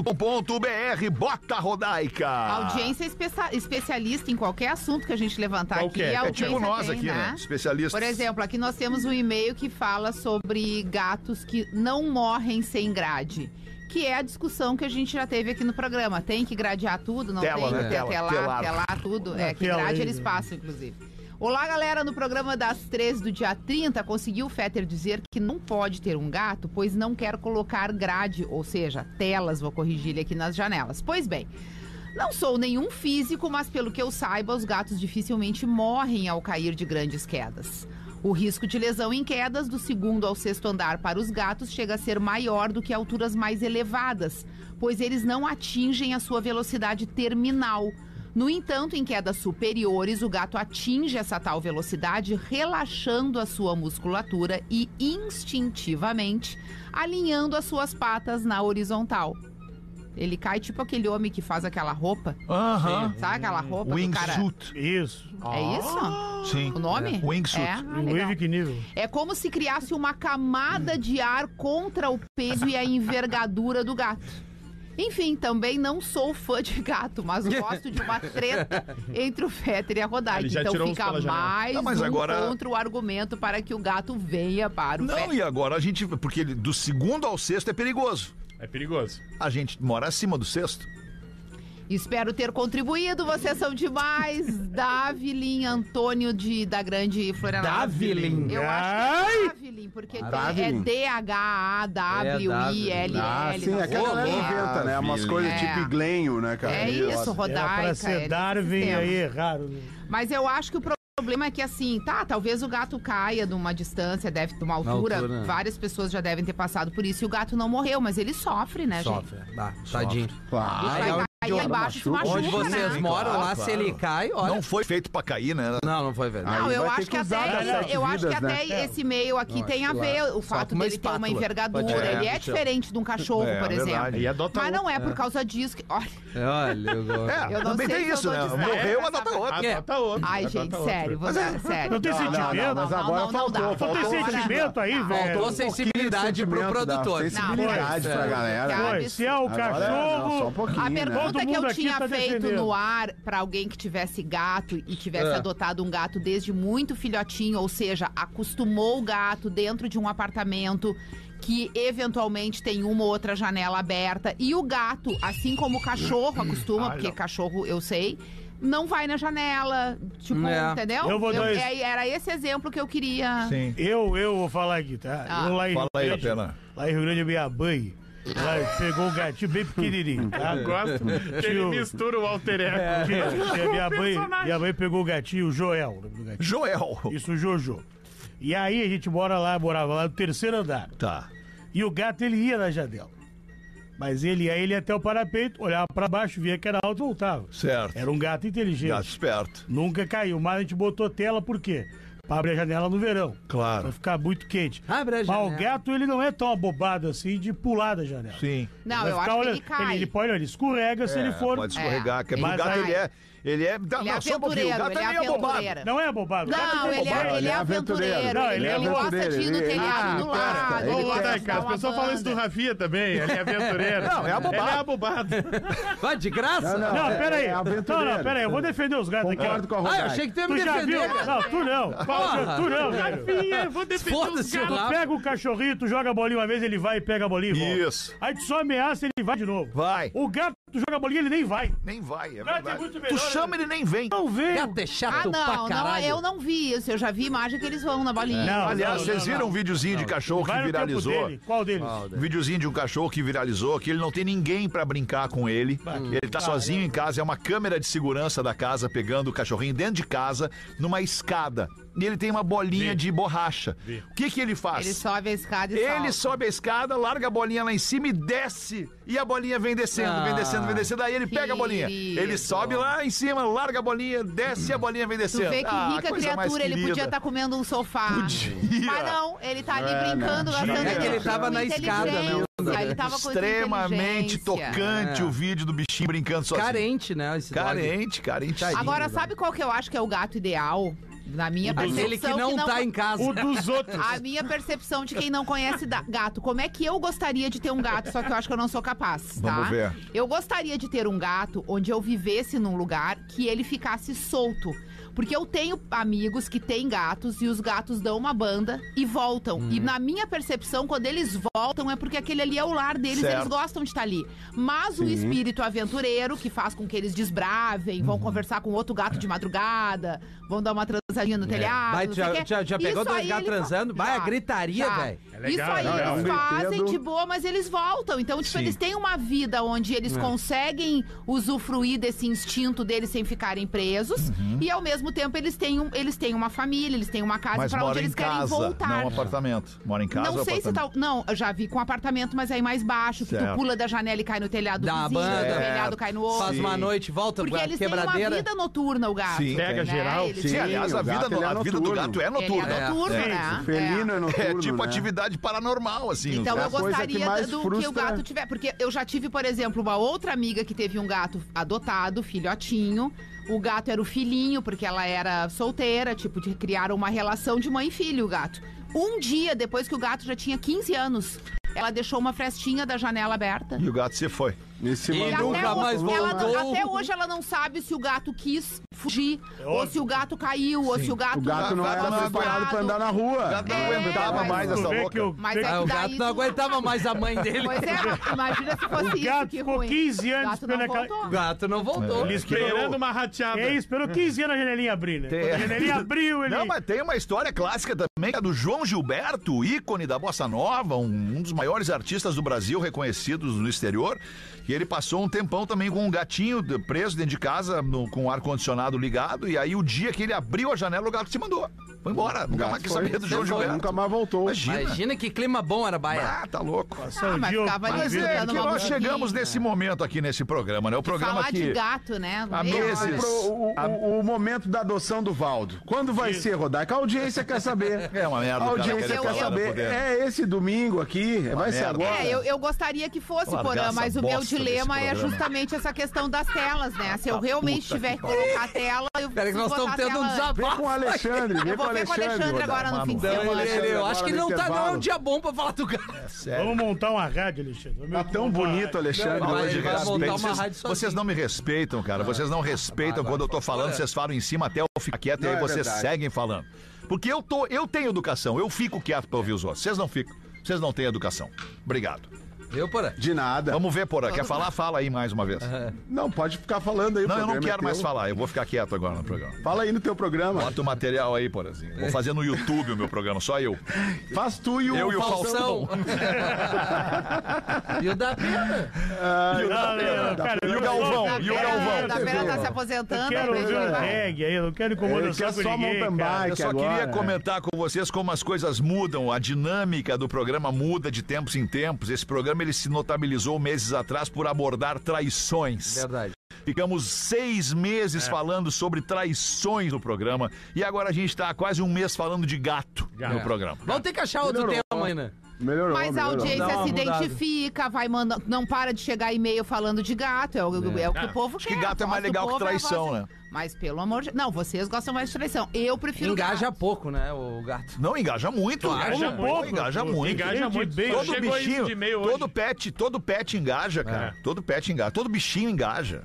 atlântida.com.br, bota rodaica. Audiência especia- especialista em qualquer assunto que a gente levantar aqui. Qualquer. a É tipo audiência nós tem, aqui, né? Especialistas. Por exemplo, aqui nós temos um e-mail que fala sobre gatos que não morrem sem grade. Que é a discussão que a gente já teve aqui no programa. Tem que gradear tudo, não Tela, tem né? que Tela, até lá, telado. até lá, tudo. É, que Tela aí, grade eles né? passam, inclusive. Olá, galera. No programa das três do dia 30, conseguiu o Fetter dizer que não pode ter um gato, pois não quer colocar grade, ou seja, telas, vou corrigir ele aqui nas janelas. Pois bem, não sou nenhum físico, mas pelo que eu saiba, os gatos dificilmente morrem ao cair de grandes quedas. O risco de lesão em quedas do segundo ao sexto andar para os gatos chega a ser maior do que alturas mais elevadas, pois eles não atingem a sua velocidade terminal. No entanto, em quedas superiores, o gato atinge essa tal velocidade, relaxando a sua musculatura e instintivamente alinhando as suas patas na horizontal. Ele cai tipo aquele homem que faz aquela roupa. Aham. Sabe aquela roupa do cara? Wingsuit. Isso. É isso? Sim. O nome? Wingsuit. É, ah, o legal. Ive que nível. É como se criasse uma camada de ar contra o peso e a envergadura do gato. Enfim, também não sou fã de [laughs] gato, mas gosto de uma treta entre o Fetter e a Rodaica. Ele já Então tirou uns fica pela janela. mais Não, mas um agora- contra o argumento para que o gato venha para o Não, Fetter. e agora a gente. Porque ele- do segundo ao sexto é perigoso. É perigoso. A gente mora acima do sexto. Espero ter contribuído, vocês são [laughs] demais. Davilin Antônio de, da Grande Florianópolis. Davilin. Eu acho que é Davilin, Ah, porque tem- Davilin. é D-H-A-W-I-L-L. Ah, sim, tá é que a Ô, galera louco. inventa, né? Umas Maravilha. coisas tipo É. iglenho, né, cara? É isso, Era Rodaica. pra é ser desse Darwin sistema. aí, é raro. né? Mas eu acho que o problema é que, assim, tá, talvez o gato caia de uma distância, deve de uma altura. altura. Várias pessoas já devem ter passado por isso e o gato não morreu, mas ele sofre, né, gente? Sofre. Ah, tadinho. Claro. Vai é onde- cair lá embaixo, se machuca, Onde vocês né? moram, lá Claro, se claro. ele cai, olha. Não foi feito pra cair, né? Não, não foi verdade. Não, Aí eu vai ter acho que que usar das até, sete eu acho que vidas, até né? esse meio aqui tem a ver o fato com uma dele ter uma espátula. envergadura. Pode ser. Ele é diferente de um cachorro, É, por verdade. exemplo. E adota Mas outro. não é por causa disso que. Olha, Olha, eu gosto. É, Eu não também sei tem se eu isso, vou né? dizer. Morreu, adota outro. É. Adota outro. ai, adota gente, outro. sério, vou dar- sério. Não tem Não, não, não, sentimento? não, Mas não, agora não, não faltou, dá. Não tem Faltou um sentimento aí, velho. Faltou sensibilidade pro Sentimento da produtor. Sensibilidade Não, pra é. galera. né? Cara, Pois, se é o Agora, não, só um cachorro. pouquinho, A pergunta né? Todo que mundo eu aqui tinha tá feito defendendo. no ar pra alguém que tivesse gato e tivesse É. adotado um gato desde muito filhotinho, ou seja, acostumou o gato dentro de um apartamento que eventualmente tem uma ou outra janela aberta e o gato, assim como o cachorro acostuma, porque cachorro eu sei, não vai na janela, tipo, É. entendeu? Eu vou dar esse- é- era esse exemplo que eu queria. Sim. Eu, eu vou falar aqui, tá? Ah. Eu lá em Fala aí, Rio Grande- Pena. Lá em Rio Grande, minha mãe. Ela pegou um gatinho bem pequenininho, tá? Eu gosto que ele Tio. mistura o alter É. [laughs] ego. Tinha- Minha mãe, minha mãe pegou o gatinho, o Joel, o nome do gatinho. Joel. Isso, o Jojo. E aí a gente mora lá, morava lá no terceiro andar. Tá. E o gato, ele ia na janela. Mas ele, aí ele ia até o parapeito, olhava pra baixo, via que era alto e voltava. Certo. Era um gato inteligente. Gato Tá esperto. Nunca caiu, mas a gente botou tela por quê? Pra abrir a janela no verão. Pra Claro. ficar muito quente. Abre a Mas janela. o gato, ele não é tão abobado assim de pular da janela. Sim. Não, Vai eu acho ficar que olhando- ele cai. Ele, pode, ele escorrega se ele É, for. Pode escorregar. que é- Mas o gato, aí- ele é. Ele é. Não, Ele é não, só um pouquinho. O aventureiro, gato ele é é meio abobado. aventureiro. Não é abobado. o gato Não, ele bobado. é, ele é aventureiro. Não, ele ele, é gosta aventureiro, de ir no ele- telhado ele do lado. ele Ô, ele gosta de Rodaica, dar as uma pessoas falam isso do banda. Rafinha também. Ele é aventureiro. Não, é abobado. Ele é abobado. Vai, de graça? Não, Não, É, pera aí. é aventureiro. não, não, pera aí. Eu vou defender os gatos aqui. ó. Concordo com a Ah, eu Rodaica. achei que tu ia me Tu já viu? defender. cara. Não, tu não. Porra. Tu não, velho. Rafinha, vou defender os Foda-se o caras. Tu Rafa. pega o cachorrito, joga a bolinha uma vez, ele vai e pega a bolinha e volta. Isso. Aí tu só ameaça, ele vai de novo. Vai. O gato, tu joga a bolinha, ele nem vai. Nem vai, é Gato é verdade. muito tu melhor, chama, ele nem vem. Não vê. Gato é chato Ah, não, pra não, caralho. eu não vi isso. Eu já vi imagem que eles vão na bolinha. Não, Aliás, não, vocês não, viram um videozinho de cachorro Vai que no tempo viralizou? dele. Qual deles? Um videozinho de um cachorro que viralizou, que ele não tem ninguém pra brincar com ele. Ele tá sozinho em casa, é uma câmera de segurança da casa pegando o cachorrinho dentro de casa, numa escada. E ele tem uma bolinha de borracha. O que que ele faz? Ele sobe a escada e Ele solta. sobe a escada, larga a bolinha lá em cima e desce. E a bolinha vem descendo, vem descendo, vem descendo. Aí ele pega a bolinha. Ele Ah, Querido. sobe lá em cima, larga a bolinha, desce a bolinha, vem Tu descendo. vê que Ah, rica coisa mais criatura, ele podia querida. estar comendo um sofá. Mas não, ele tá ali brincando, não. gastando É que ele energia tava com na escada, né, inteligência. Wanda? Ele tava com Extremamente inteligência. tocante É. o vídeo do bichinho brincando sozinho. Carente, né? Esse dog. Carente, carente. Tadinho. Agora, sabe qual que eu acho que é o gato ideal? Na minha percepção. Aquele que não, tá em casa. O dos outros. A minha percepção de quem não conhece da- gato. Como é que eu gostaria de ter um gato, só que eu acho que eu não sou capaz, tá? Vamos ver. Eu gostaria de ter um gato onde eu vivesse num lugar que ele ficasse solto. Porque eu tenho amigos que têm gatos e os gatos dão uma banda e voltam. E Uhum. na minha percepção, quando eles voltam, é porque aquele ali é o lar deles, Certo. eles gostam de estar ali. Mas o espírito aventureiro, que faz com que eles desbravem, Uhum. vão conversar com outro gato de madrugada, vão dar uma transadinha no É. telhado. Vai, É, ah, não já- sei o quê. já- já pegou Isso dois aí gatos ele fa- transando? Vai, Já, a gritaria, já. velho. legal, Isso aí não, é um eles fazem brinquedo. de boa, mas eles voltam. Então, tipo, Sim. eles têm uma vida onde É. eles conseguem usufruir desse instinto deles sem ficarem presos. Uhum. E ao mesmo tempo eles têm, um, eles têm uma família, eles têm uma casa Mas pra onde mora em eles querem casa, voltar. não um apartamento. Mora em casa Não ou sei se tá apartamento? tal. Não, eu já vi com apartamento, mas é aí mais baixo, que Certo. tu pula da janela e cai no telhado do Dá uma vizinho, banda. do telhado cai no outro. Faz uma noite, volta Porque pra eles têm uma quebradeira. vida noturna, o gato. Sim. Pega né? geral. Eles- Sim, aliás, a o vida, gato, ele é no- a vida do noturno. gato é Ele noturna. é noturno, É, né? Felino é É noturno, tipo né? atividade paranormal, assim. Então os eu gatos. a coisa gostaria que mais do que o frustra- gato tiver. Porque eu já tive, por exemplo, uma outra amiga que teve um gato adotado, filhotinho. O gato era o filhinho, porque ela era solteira, tipo, de criar uma relação de mãe e filho, o gato. Um dia depois que o gato já tinha 15 anos, ela deixou uma frestinha da janela aberta. E o gato se foi. Esse E mandou- nunca hoje- mais ela não- voltou. até hoje ela não sabe se o gato quis fugir, ou óbvio. se o gato caiu, ou se o gato. É O gato não Ah, era não preparado aguentado. pra andar na O rua. gato não É, aguentava mas mais Tu essa vê louca. que eu- Mas vê é Ah, que o daí gato não tu- aguentava mais a mãe dele. Pois é, imagina se fosse O gato isso, que ficou ruim. 15 anos O gato não esperando aquela- O voltou. gato não voltou. Ele esperando uma rateada. É isso, um esperou 15 anos a janelinha abrir, né? Quando a janelinha abriu, ele... Não, mas tem uma história clássica também, que é do João Gilberto, ícone da Bossa Nova, um, um dos maiores artistas do Brasil reconhecidos no exterior. E ele passou um tempão também com um gatinho de- preso dentro de casa, no- com o ar-condicionado ligado. E aí, o dia que ele abriu a janela, o gato se mandou. Foi embora. O Nunca gato mais quis foi- saber do João foi, Gilberto. Nunca mais voltou. Imagina. Imagina que clima bom era, Baia. Ah, tá louco. Nossa, Ah, o mas Gil- ficava ali Mas é escutando que uma nós musiquinha. chegamos nesse momento aqui nesse programa, né? O programa Falar de que... gato, né? Há Meia hora. meses. Pro- o, o- o momento da adoção do Valdo. Quando vai ser, Rodaica? A audiência quer saber. É uma merda, A o cara audiência querer quer falar no saber. poder. É esse domingo aqui? vai ser merda. agora? É, eu, eu gostaria que fosse, Largar Porã, essa mas o bosta meu dilema desse é programa. Tá justamente essa questão das telas, né? Se eu realmente tiver que colocar a tela, eu Peraí que preciso nós botar estamos a tendo tela um antes. desabafo. Vem com o Alexandre. Vem com Eu o vou ver com o Alexandre. Alexandre Rodaica. agora no fim de Então, semana. ele- ele- eu acho que ele não tá, não é um dia bom pra falar do gato. Sério. Vamos montar uma rádio, Alexandre. Tá tão bonito, Alexandre. Não, hoje, ele vai cara. voltar montar uma vocês, rádio sozinho. É. Ah, vocês não me respeitam, cara. Vocês não respeitam quando eu tô falando, vocês falam em cima até eu ficar quieto e Não, aí é vocês verdade. seguem falando. Porque eu tô, eu tenho educação, eu fico quieto pra ouvir os outros. Vocês não ficam. Vocês não têm educação. Obrigado. Viu, Porã? De nada. Vamos ver, Porã. Quer falar? Fala aí mais uma vez. É. Não, pode ficar falando aí. o Não, eu não programa é quero mais teu. falar. Eu vou ficar quieto agora no programa. Fala aí no teu programa. Bota o material aí, Porãzinho. Vou fazer no YouTube o meu programa, só eu. Faz tu e o, Eu e o Falsão. [laughs] e o né? da pena. E o Galvão, e o É, Galvão. Da Vera tá se aposentantando. Quero né? ouvir um Vai. reggae aí, eu não quero Ele incomodação quer com só ninguém, mountain cara. bike Eu só agora. né? queria comentar com vocês como as coisas mudam, a dinâmica do programa muda de tempos em tempos. Esse programa ele se notabilizou meses atrás por abordar traições. Verdade. Ficamos seis É. meses falando sobre traições no programa e agora a gente está há quase um mês falando de gato, é. no programa. Vamos ter que achar outro Melhorou. tema, né? Melhorou, Mas a melhorou. audiência Dá uma se mudada. identifica, vai mandando. Não para de chegar e-mail falando de gato. É o, é o que o povo Acho quer. que gato é a mais voz do legal que povo é a voz- traição, né? Mas pelo amor de Não, vocês gostam mais de traição. Eu prefiro. Engaja gato. pouco, né, o gato. Não engaja muito, né? Engaja Não, pouco. engaja muito. Engaja Gente, muito. bem, Só Todo Chegou isso de bichinho, e-mail hoje. É. todo pet, todo pet engaja, cara. Todo pet engaja, todo bichinho engaja.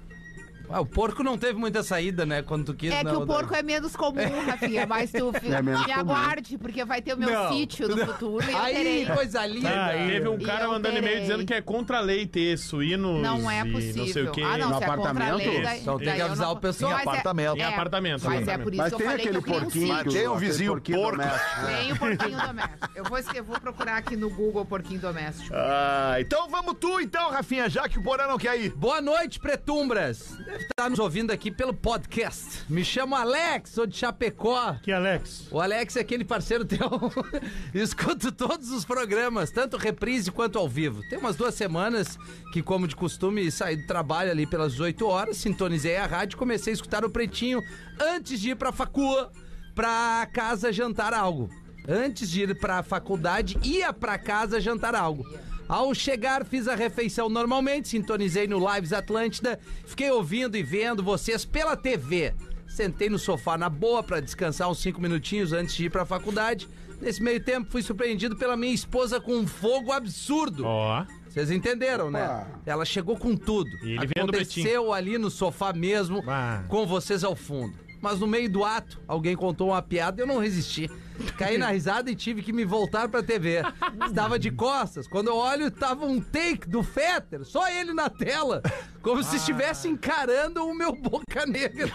Ah, o porco não teve muita saída, né, quando tu quis. É né, que o Rodaica? porco é menos comum, Rafinha, mas tu fi- É menos me comum. aguarde, porque vai ter o meu Não. sítio no futuro e eu terei. Aí, coisa linda. Aí. Teve um E cara eu mandando e-mail terei. dizendo que é contra a lei ter suínos Não é e não sei o possível. quê. ah, não, No se é contra a apartamento? lei, daí, Isso, então tem daí que eu avisar não- o pessoal. Em Em apartamento. É, Em apartamento, Mas é apartamento. por isso Mas que eu tem falei que aquele eu criei um porquinho. sítio. que Tem um aquele vizinho porquinho porco. doméstico. Tem o porquinho doméstico. Eu vou, esque- eu vou procurar aqui no Google porquinho doméstico. Ah, então vamos tu então, Rafinha, já que o Porã não quer ir. Boa noite, pretumbras. deve estar nos ouvindo aqui pelo podcast. Me chamo Alex, sou de Chapecó. Que Alex? O Alex é aquele parceiro teu. [laughs] Escuto todos os programas, tanto reprise quanto ao vivo. Tem umas duas semanas que, como de costume, saí do trabalho ali pelas 18 horas, sintonizei a rádio e comecei a escutar o Pretinho antes de ir pra facua, pra casa jantar algo. Antes de ir pra faculdade, ia pra casa jantar algo. Ao chegar, fiz a refeição normalmente, sintonizei no Lives Atlântida, fiquei ouvindo e vendo vocês pela TV. Sentei no sofá na boa pra descansar uns cinco minutinhos antes de ir pra faculdade. Nesse meio tempo, fui surpreendido pela minha esposa com um fogo absurdo. Ó. Vocês entenderam, né? Ela chegou com tudo. E ele vendo o Aconteceu ali no sofá mesmo, Ah. com vocês ao fundo. Mas no meio do ato, alguém contou uma piada e eu não resisti. Caí na risada e tive que me voltar pra TV. Estava de costas. Quando eu olho, tava um take do Fetter, só ele na tela. Como se estivesse encarando o meu boca negra.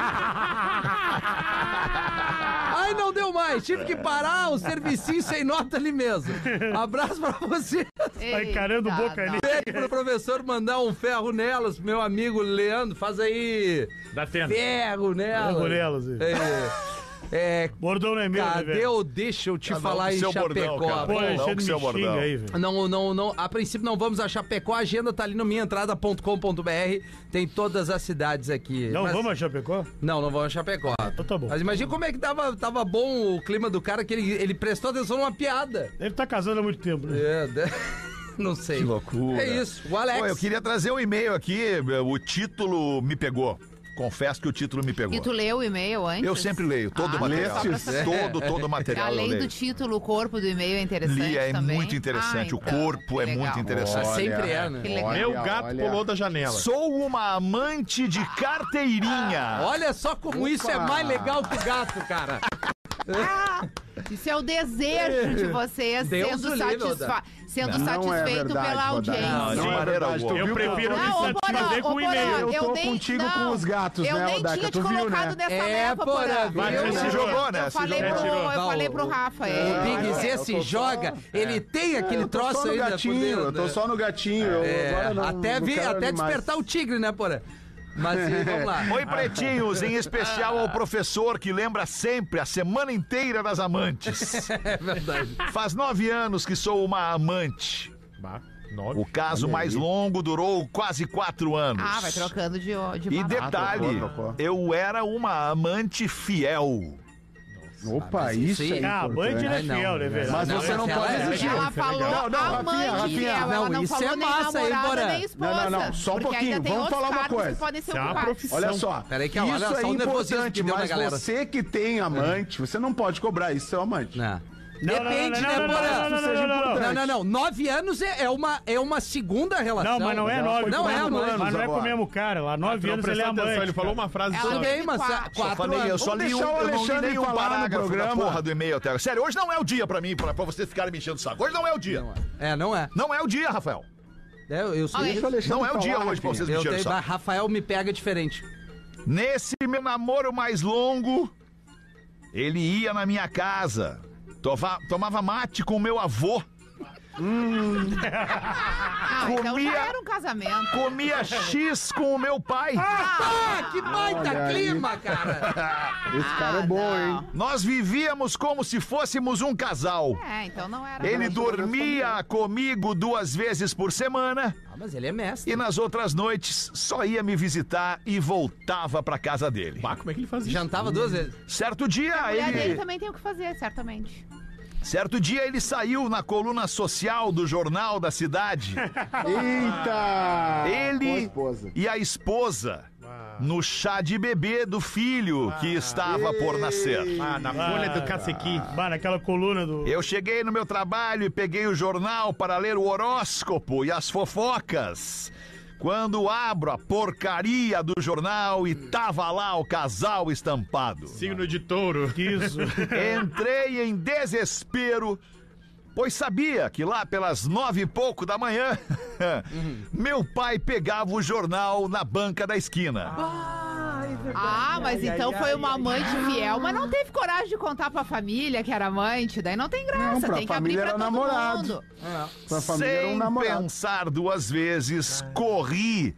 Ai, não deu mais. Tive que parar o servicinho sem nota ali mesmo. Abraço pra você. Tá encarando Eita, não. boca ali. Pede pro professor mandar um ferro nelas, meu amigo Leandro. Faz aí. Da tenda. Ferro nelas. Ferro nelas, hein? É, é, Bordão não é meu, né, cadê velho? o deixa eu te Cada um falar com em seu bordão, Chapecó? cara. Pô, Não, Alexandre com me seu xinga bordão. aí, velho. Não, não, não. A princípio não vamos a Chapecó. A agenda tá ali no minhaentrada.com.br. Tem todas as cidades aqui. Não, Mas- vamos a Chapecó? Não, não vamos a Chapecó. Então tá bom. Mas imagina como é que tava, tava bom o clima do cara que ele, ele prestou atenção numa piada. Deve estar casando há muito tempo, né? É, [laughs] de- não sei. Que loucura. É isso. O Alex. Pô, eu queria trazer um e-mail aqui, o título me pegou. Confesso que o título me pegou. E tu leu o e-mail antes? Eu sempre leio todo Ah, o material. [laughs] só pra saber. Todo, todo o material eu Além leio. do título, o corpo do e-mail é interessante Lia é também. muito interessante, Ah, o então, corpo que é muito legal. interessante. Olha, sempre é, né? Que legal. Meu gato pulou da janela. Sou uma amante de Ah. carteirinha. Olha só como isso é mais legal que o gato, cara. Isso é o desejo de vocês Deus sendo, o livre, satisfa- Oda. sendo Não é satisfeito verdade, Rodaica. pela audiência. Não, Não de é maneira verdade, tu alguma. viu? Eu prefiro me Não, ô, satisfazer Porã, com ô, o Porã, e-mail. Eu tô nem- contigo com os gatos, eu né, nem Rodaica? tinha te Tu viu, colocado né? nessa É, leva, Porã. Porã, Mas Eu- ele se eu- jogou, né? Eu Se falei jogou. pro, Tirou. eu falei Não, pro o- Rafa. O é. [laughs] Big é, Z eu se tô só- é. joga, ele tem aquele Eu tô troço só no ainda. por gatinho, dentro, eu tô né? só no gatinho. eu É, agora não- até não vi, quero até animais. despertar o tigre, né, Porã? Mas [laughs] sim, vamos lá. É Oi, pretinhos, em especial ao professor que lembra sempre a semana inteira das amantes. É verdade. Faz nove anos que sou uma amante. Bah, nove. O caso Olha mais aí. longo durou quase quatro anos. Ah, vai trocando de, de E barato. detalhe, trocou, trocou. eu era uma amante fiel. Opa, mas isso isso é aí- Ah, Band importante. ele é Ai, não, fiel, né, não, velho? Mas Não, você não essa pode ela é- exigir. Ela falou Não, não, amante Rafinha, Rafinha. fiel, ela Não, não isso falou é nem massa, hein, namorada Porã? nem esposa. Não, não, não, só um porque ainda pouquinho, tem vamos outros falar uma cargos coisa. Que podem ser Isso é uma ocupados. profissão. Olha só, Peraí que olha isso só é o nervosismo que importante, deu na mas galera. você que tem amante, você não pode cobrar isso, seu amante. Não. Não, não, Depende, não, né, não, Porã? não, não, não, Seja não, não, importante. Não, não, não. Nove anos é é uma, é uma segunda relação. Não, mas não é Não, nove. Não mas é, não não é. Mas não é com o agora. mesmo cara lá. Nove Não anos ele é prestou amante. atenção, ele falou cara. uma frase Ela só. é- não- Também, mas Quatro. quatro Eu falei, eu anos. só Ah, Vamos li um, deixar o eu não li Alexandre nenhum falar no parágrafo da programa. porra do e-mail até agora. Sério, hoje não é o dia pra mim, pra, pra vocês ficarem me enchendo o saco. Hoje não é o dia. Não é, É, não é. o dia, Rafael. É, Eu, eu sou. Olha, Deixa o Alexandre Não é o dia falar, hoje pra Rafinha. vocês me Eu encherem o tenho, saco. Rafael me pega diferente. Nesse meu namoro mais longo, ele ia na minha casa, tova- tomava mate com meu avô, Ah, então Comia- já era um [laughs] casamento. comia X com o meu pai. Ah, que baita Olha aí. clima, cara! Esse cara é Ah, bom, não. hein? Nós vivíamos como se fôssemos um casal. É, então não era. Ele não. dormia comigo duas vezes por semana Ah, mas ele é mestre. e nas outras noites só ia me visitar e voltava pra casa dele. Bah, como é que ele fazia? Jantava duas vezes. Certo A dia, mulher dele tá- ele, também tem o que fazer, certamente. certo dia ele saiu na coluna social do jornal da [laughs] cidade. Ah. Eita! Boa Ele esposa. e a esposa no chá de bebê do filho que estava por nascer. Ah, na folha do cacequi. Bah, naquela coluna do... Eu cheguei no meu trabalho e peguei o jornal para ler o horóscopo e as fofocas. Quando abro a porcaria do jornal e tava lá o casal estampado. Signo de touro. Que Isso. [laughs] Entrei em desespero, pois sabia que lá pelas nove e pouco da manhã, [laughs] meu pai pegava o jornal na banca da esquina. Ah, mas então foi uma amante fiel, mas não teve coragem de contar pra família que era amante. Daí não tem Não, graça, pra tem que abrir família pra era todo namorado. mundo. Sua família era um É. Sem namorado. pensar duas vezes, corri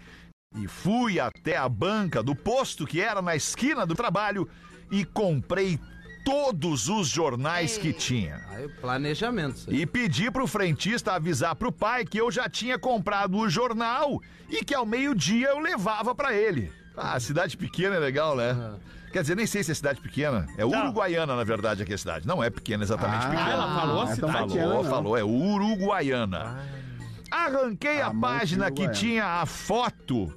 E fui até a banca do posto que era na esquina do trabalho e comprei todos os jornais que tinha. Aí, Ah, planejamento. isso aí. E pedi pro frentista avisar pro pai que eu já tinha comprado o jornal e que ao meio-dia eu levava pra ele. Ah, cidade pequena é legal, né? Quer dizer, nem sei se é cidade pequena. É Uruguaiana, na verdade, aqui a cidade. Não é pequena exatamente. Ah, pequena. ela falou a não é tão cidade. pequena, Falou, não. falou, é uruguaiana. Arranquei a Amante página que uruguaiana. tinha a foto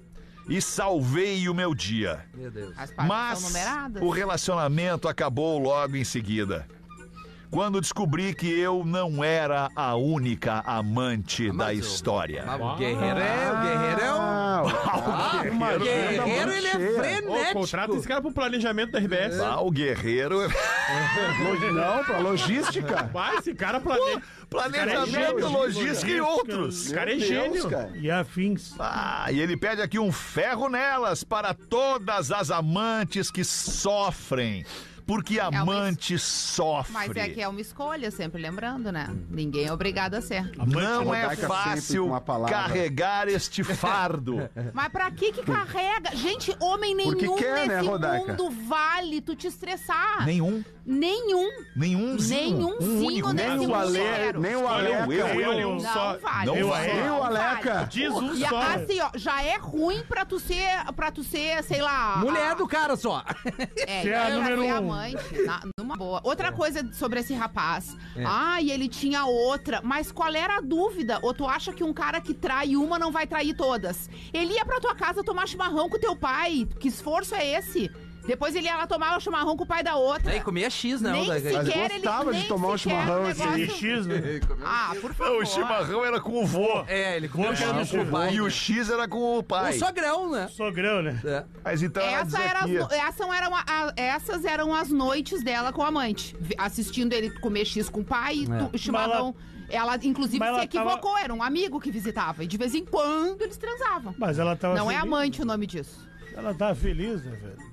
e salvei o meu dia. Meu Deus. As partes são Mas numeradas. o relacionamento acabou logo em seguida. Quando descobri que eu não era a única amante da mas o- história. Ah, o guerreiro é, o guerreiro é um... Ah, Ah, o guerreiro, ele é cheia. Ô, frenético. contrata esse cara pro planejamento da RBS. Ah, o guerreiro. [laughs] lo- não, pra logística. Vai, esse cara planeja. Planejamento, é gênio, logística e outros. Esse cara é Meu Deus, gênio. cara. E afins. Ah, e ele pede aqui um ferro nelas para todas as amantes que sofrem. Porque É, mas- amante sofre. Mas é que é uma escolha, sempre lembrando, né? Ninguém é obrigado a ser. Não é Rodaica sempre fácil com a palavra. carregar [laughs] este fardo. Mas pra que que carrega? Gente, homem Porque nenhum quer, né, nesse Rodaica? mundo vale tu te estressar. Nenhum, Nenhum. nenhumzinho. Nenhumzinho único, nesse nenhum. Um Nem o Ale, nem o Olha Aleca. um, eu, olha um Não só. vale. Não Não vale. vale. Eu, Não Aleca. vale. Diz um E só. assim, ó, já é ruim pra tu ser, pra tu ser, sei lá... Mulher do cara só. É, Você é a eu número fui um. É. amante, na- numa boa. Outra coisa sobre esse rapaz. Ah, e ele tinha outra. Mas qual era a dúvida? Ou tu acha que um cara que trai uma não vai trair todas? Ele ia pra tua casa tomar chimarrão com teu pai. Que esforço é esse? Depois ele ia lá tomar o chimarrão com o pai da outra. Aí comia X, né? nem o da- Mas sequer ele gostava de nem tomar um sequer chimarrão, o negócio- E X, né? Ah, por favor. Não, o chimarrão era com o vô. É, ele comia X Poxa, com o pai. E o né? X era com o O pai. sogrão, né? Sogrão, né? É. Mas então ela diz Essa era as aqui, no- essa eram a- a- essas eram as noites dela com o amante. Vi- Assistindo ele comer X com o pai, É. tu- chimarrão. Ela, inclusive, mas se ela equivocou, era um amigo que visitava. E de vez em quando eles transavam. Mas ela tava Não é feliz. amante o nome disso. Ela tava feliz, né, velho?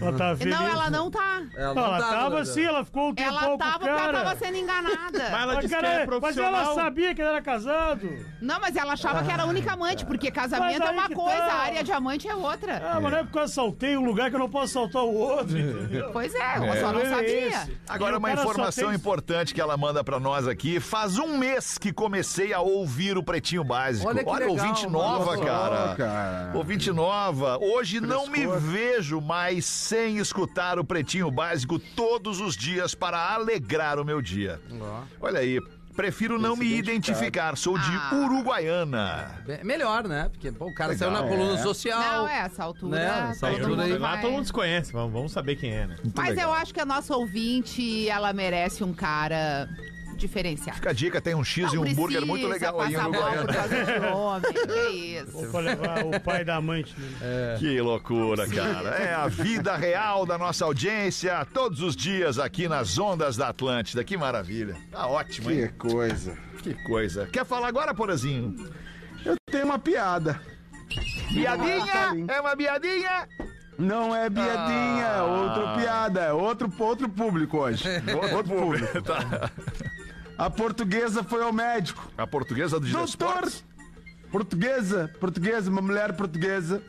Ela tava feliz. Não, ela não tá. Ela, né? Ela tava assim, ela ficou um tempo Ela com o tava, Um cara. ela tava sendo Mas enganada. ela Mas, disse que cara, é mas ela profissional. sabia que ele era casado. Não, mas ela achava que era a única amante, porque casamento Mas é aí uma que coisa, tá. a área de amante é outra. Ah, mas não é porque eu assaltei um lugar que eu não posso assaltar o outro, entendeu? Pois é, eu só não Problema é sabia. esse. E Agora, o uma cara só informação tem- importante que ela manda pra nós aqui. Faz um mês que comecei a ouvir o Pretinho Básico. Olha que legal, ouvinte mano. nova, Olha, cara. cara. Ouvinte nova. Hoje não me vejo mais sem escutar o Pretinho Básico todos os dias para alegrar o meu dia. Olha aí. Prefiro não me identificar. Sou de Ah. Uruguaiana. Bem- Melhor, né? Porque pô, o cara Legal, saiu na coluna social. Não, é, essa altura. Né, essa todo altura aí. mundo Lá vai- todo mundo se conhece, vamos, vamos saber quem é, né? Mas legal. eu acho que a nossa ouvinte, ela merece um cara diferenciado. Fica a dica, tem um X e um hambúrguer muito legal aí em passa mal Uruguaiana. por causa de homem, é isso. Ou pra levar o pai da amante dele. Que loucura, cara. É a vida real da nossa audiência, todos os dias aqui nas ondas da Atlântida. Que maravilha. Tá ótimo, Que hein? coisa. Que coisa. Quer falar agora, Porazinho? Eu tenho uma piada. Piadinha? É uma piadinha? Não é piadinha, Ah. outra piada, é outro, outro público hoje. outro público. [laughs] Tá. A portuguesa foi ao médico. A portuguesa do Doutor! Giresportes. Portuguesa, portuguesa, uma mulher portuguesa.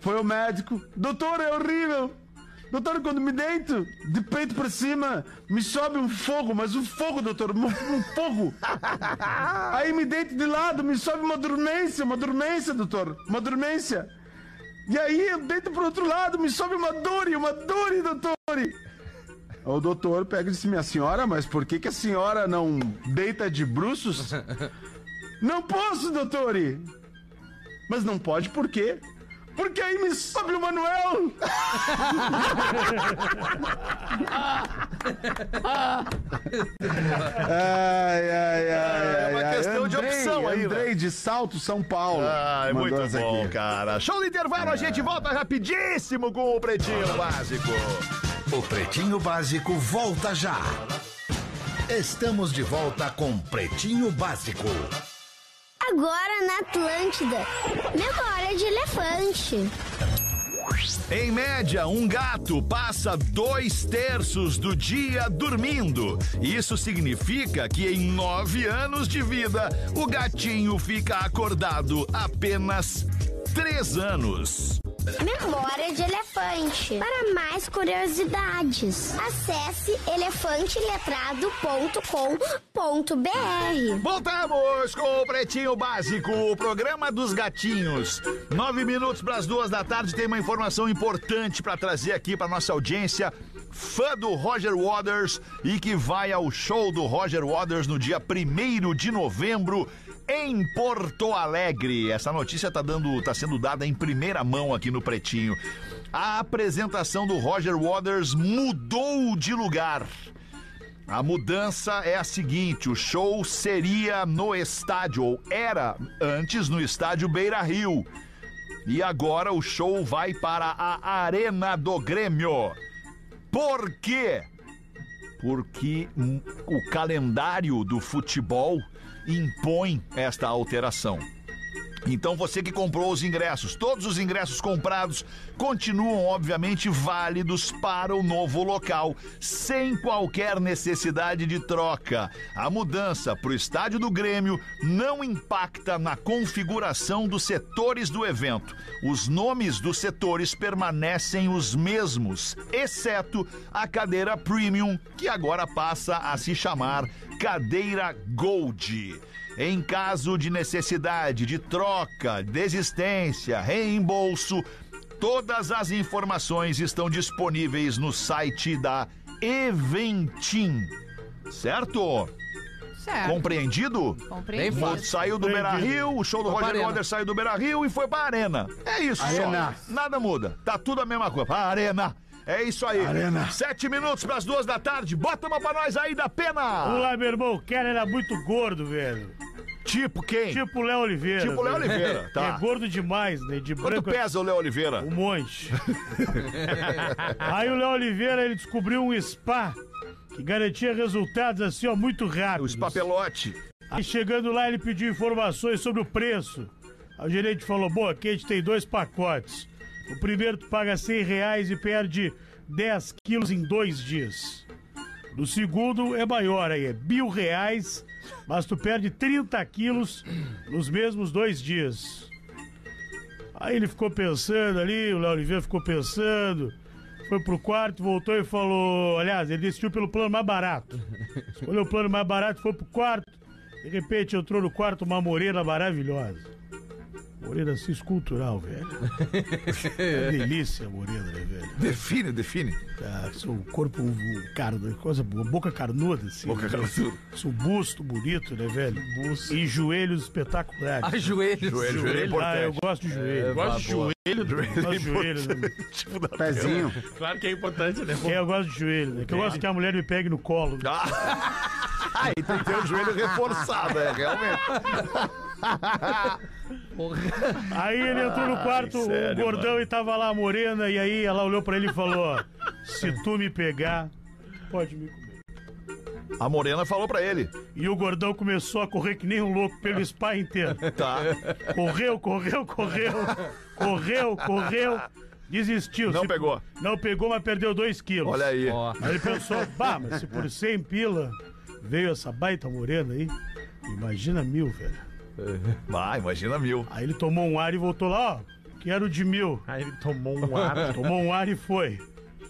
Foi ao médico. Doutor, é horrível! Doutor, quando me deito, de peito pra cima, me sobe um fogo, mas um fogo, doutor, um, um [laughs] fogo! Aí me deito de lado, me sobe uma dormência, uma dormência, doutor, uma dormência. E aí eu deito pro outro lado, me sobe uma dor, uma dor, doutor! O doutor pega e disse, minha senhora, mas por que, que a senhora não deita de bruços? Não posso, doutor! Mas não pode por quê? Porque aí me sobe o Manuel! ai, ai, ai, É uma ai, ai. questão de opção aí, né? Andrei de Salto, São Paulo. Ah, é mandou muito essa bom, aqui. cara. Show do intervalo, a gente volta rapidíssimo com o Pretinho Básico. O Pretinho Básico volta já. Estamos de volta com Pretinho Básico. Agora na Atlântida. Memória de elefante. Em média, um gato passa dois terços do dia dormindo. Isso significa que em nove anos de vida, o gatinho fica acordado apenas três anos. Memória de Elefante. Para mais curiosidades, acesse elefanteletrado.com.br. Voltamos com o Pretinho Básico, o programa dos gatinhos. Nove minutos para as duas da tarde, tem uma informação importante para trazer aqui para nossa audiência. Fã do Roger Waters e que vai ao show do Roger Waters no dia 1 de novembro em Porto Alegre. Essa notícia está dando, tá sendo dada em primeira mão aqui no Pretinho. A apresentação do Roger Waters mudou de lugar. A mudança é a seguinte: o show seria no estádio, ou era antes no estádio Beira Rio. E agora o show vai para a Arena do Grêmio. Por quê? Porque hum, o calendário do futebol impõe esta alteração. Então você que comprou os ingressos, todos os ingressos comprados continuam obviamente válidos para o novo local, sem qualquer necessidade de troca. A mudança para o estádio do Grêmio não impacta na configuração dos setores do evento. Os nomes dos setores permanecem os mesmos, exceto a cadeira premium, que agora passa a se chamar cadeira Gold. Em caso de necessidade de troca, desistência, reembolso, todas as informações estão disponíveis no site da Eventim. Certo? Certo. Compreendido? Compreendido. Bem fácil. Saiu do Beira Rio, o show do Foi pra Roger arena. Waters saiu do Beira Rio e foi pra Arena. É isso, Arena. só. Nada muda. Tá tudo a mesma coisa. Pra Arena. É isso aí. Arena. Sete minutos pras duas da tarde. Bota uma pra nós aí da Vamos pena. lá, meu irmão. O cara era muito gordo, velho. Tipo quem? Tipo o Léo Oliveira. Tipo o Léo velho. [laughs] Oliveira, tá. É gordo demais, né? De Quanto branco. pesa o Léo Oliveira? Um monte. Aí o Léo Oliveira ele descobriu um spa que garantia resultados assim, ó, muito rápidos. Os papelote. Aí chegando lá, ele pediu informações sobre o preço. Aí o gerente falou: Bom, aqui a gente tem dois pacotes. O primeiro tu paga 100 reais e perde 10 quilos em dois dias. No segundo é maior aí, é mil reais, mas tu perde 30 quilos nos mesmos dois dias. Aí ele ficou pensando ali, o Léo Oliveira ficou pensando, foi pro quarto, voltou e falou. Aliás, ele decidiu pelo plano mais barato. Escolheu o plano mais barato, foi pro quarto. De repente entrou no quarto uma morena maravilhosa. Morena assim, escultural, velho. É delícia a morena, né, velho? Define, define. Tá, seu corpo, um carno, coisa boa, boca carnuda, assim. Boca carnuda. Seu busto bonito, né, velho? Busto. E joelhos espetaculares. A joelhos. Joelho é ah, eu importante. gosto de joelho. É, Eu Gosto de boa. joelho, Dudu? [laughs] gosto de joelho, né? Tipo da Pezinho. Claro que é importante, né? É, eu gosto de joelho, né? Que eu gosto que a mulher me pegue no colo. Ah, aí tem que ter o joelho reforçado, é, realmente. Aí ele entrou no quarto, o sério, gordão, e tava lá a morena, e aí ela olhou pra ele e falou: ó, Se tu me pegar, pode me comer. A Morena falou pra ele. E o gordão começou a correr que nem um louco pelo spa inteiro. Tá. Correu, correu, correu, correu, correu, desistiu. Não Se- pegou. Não pegou, mas perdeu 2 quilos. Olha aí. Ó. Aí ele pensou, pá, mas se por 100 pila veio essa baita morena aí, imagina mil, velho. Vai, Ah, imagina [laughs] mil. Aí ele tomou um ar e voltou lá, ó, quero de mil. Aí ele tomou um [laughs] ar. Tomou um ar e foi.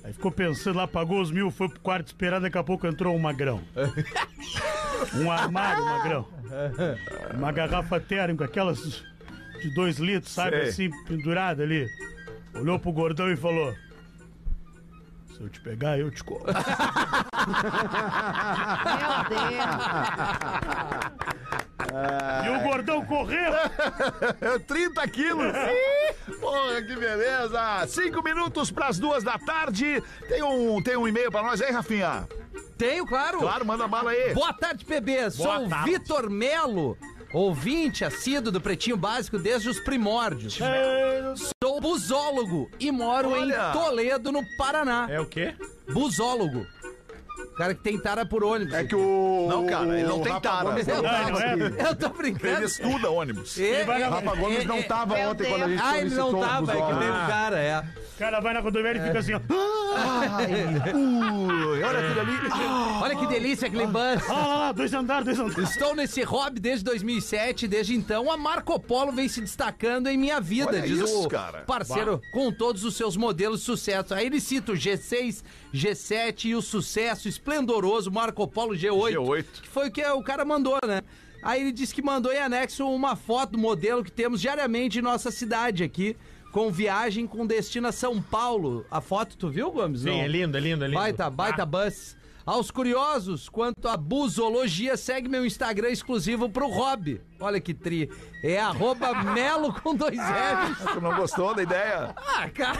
Aí ficou pensando lá, pagou os mil, foi pro quarto esperar, daqui a pouco entrou um magrão. Um armário, magrão. Uma garrafa térmica, aquelas de dois litros, sabe, Sei. assim, pendurada ali. Olhou pro gordão e falou: Se eu te pegar, eu te como. Meu Deus. E o gordão correu! 30 quilos. Porra, que beleza. Cinco minutos pras duas da tarde. Tem um, tem um e-mail pra nós aí, Rafinha? Tenho, claro. Claro, manda bala aí. Boa tarde, PB. Sou o tarde. Vitor Melo, ouvinte assíduo do Pretinho Básico desde os primórdios. Sou busólogo e moro Olha. em Toledo, no Paraná. É o quê? Busólogo. O cara que tem tara por ônibus. É que o. Não, cara, ele não tem tara. Eu, Não, tava- ele não é. [laughs] eu tô brincando. Ele estuda ônibus. É, é, Rafa Gomes não tava meu ontem quando a gente Deus. Ah, ele não solicitou tava, os é que olhos. veio o cara, é. O cara vai na rodoviária e fica assim, ó. Ui, olha aquilo ali. Olha que delícia aquele bus. Olha lá, lá, dois andares, dois andares. Estou nesse hobby desde 2007, desde então a Marco Polo vem se destacando em minha vida, Olha diz isso, o cara. parceiro, com todos os seus modelos de sucesso. Aí ele cita o G6, G7 e o sucesso esplendoroso Marco Polo G8, G8. que foi o que o cara mandou, né? Aí ele disse que mandou em anexo uma foto do modelo que temos diariamente em nossa cidade aqui, com viagem com destino a São Paulo. A foto tu viu, Gomes? Sim, é lindo, é lindo, é lindo. Baita, baita bus. Aos curiosos quanto à busologia, segue meu Instagram exclusivo pro Rob. Olha que tri. É arroba [laughs] melo com dois F's. Tu não gostou da ideia? Ah, cara.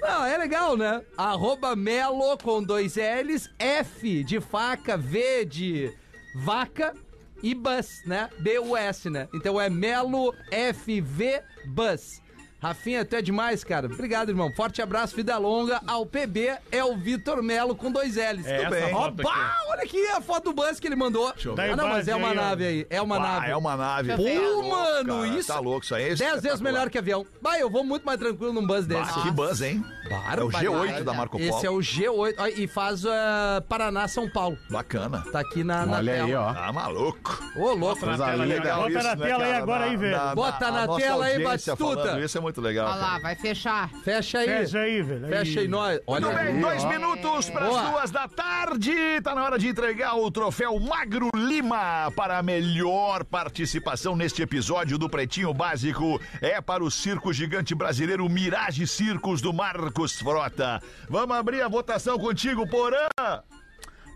Não, é legal, né? Arroba melo com dois L's, F de faca, V de vaca e bus, né? B-U-S, né? Então é melo FV bus. Rafinha, tu é demais, cara. Obrigado, irmão. Forte abraço, vida longa. Ao PB é o Vitor Melo com dois L's. É Tudo essa bem. foto aqui. Opa, olha aqui a foto do bus que ele mandou. eu ver. Ah, não, mas é uma Aí, ó. nave aí. É uma Ah, nave. é uma nave. Pô, Tá mano, cara, isso. Tá louco isso aí. isso é Dez vezes espetacular. melhor que avião. Bah, eu vou muito mais tranquilo num bus desse. Bah, que buzz, hein? Bárbaro. É o G8 da Marco Polo. Esse é o G8 ah, e faz ah, Paraná-São Paulo. Bacana. Tá aqui na, na Olha tela. aí, ó. Tá maluco. Ô, louco. na tela ali, Legal Bota isso, na né, tela aí cara? agora aí, velho. Bota a na nossa tela aí, audiência Batistuta. falando Isso é muito legal. Olha lá, cara. vai fechar. Fecha aí. Fecha aí, velho. Fecha aí, nós. Olha Tudo bem, aí. dois minutos para as Boa. duas da tarde. Tá na hora de entregar o troféu Magro Lima para a melhor participação neste episódio do Pretinho Básico. É para o circo gigante brasileiro Mirage Circos do Marcos Frota. Vamos abrir a votação contigo, Porã.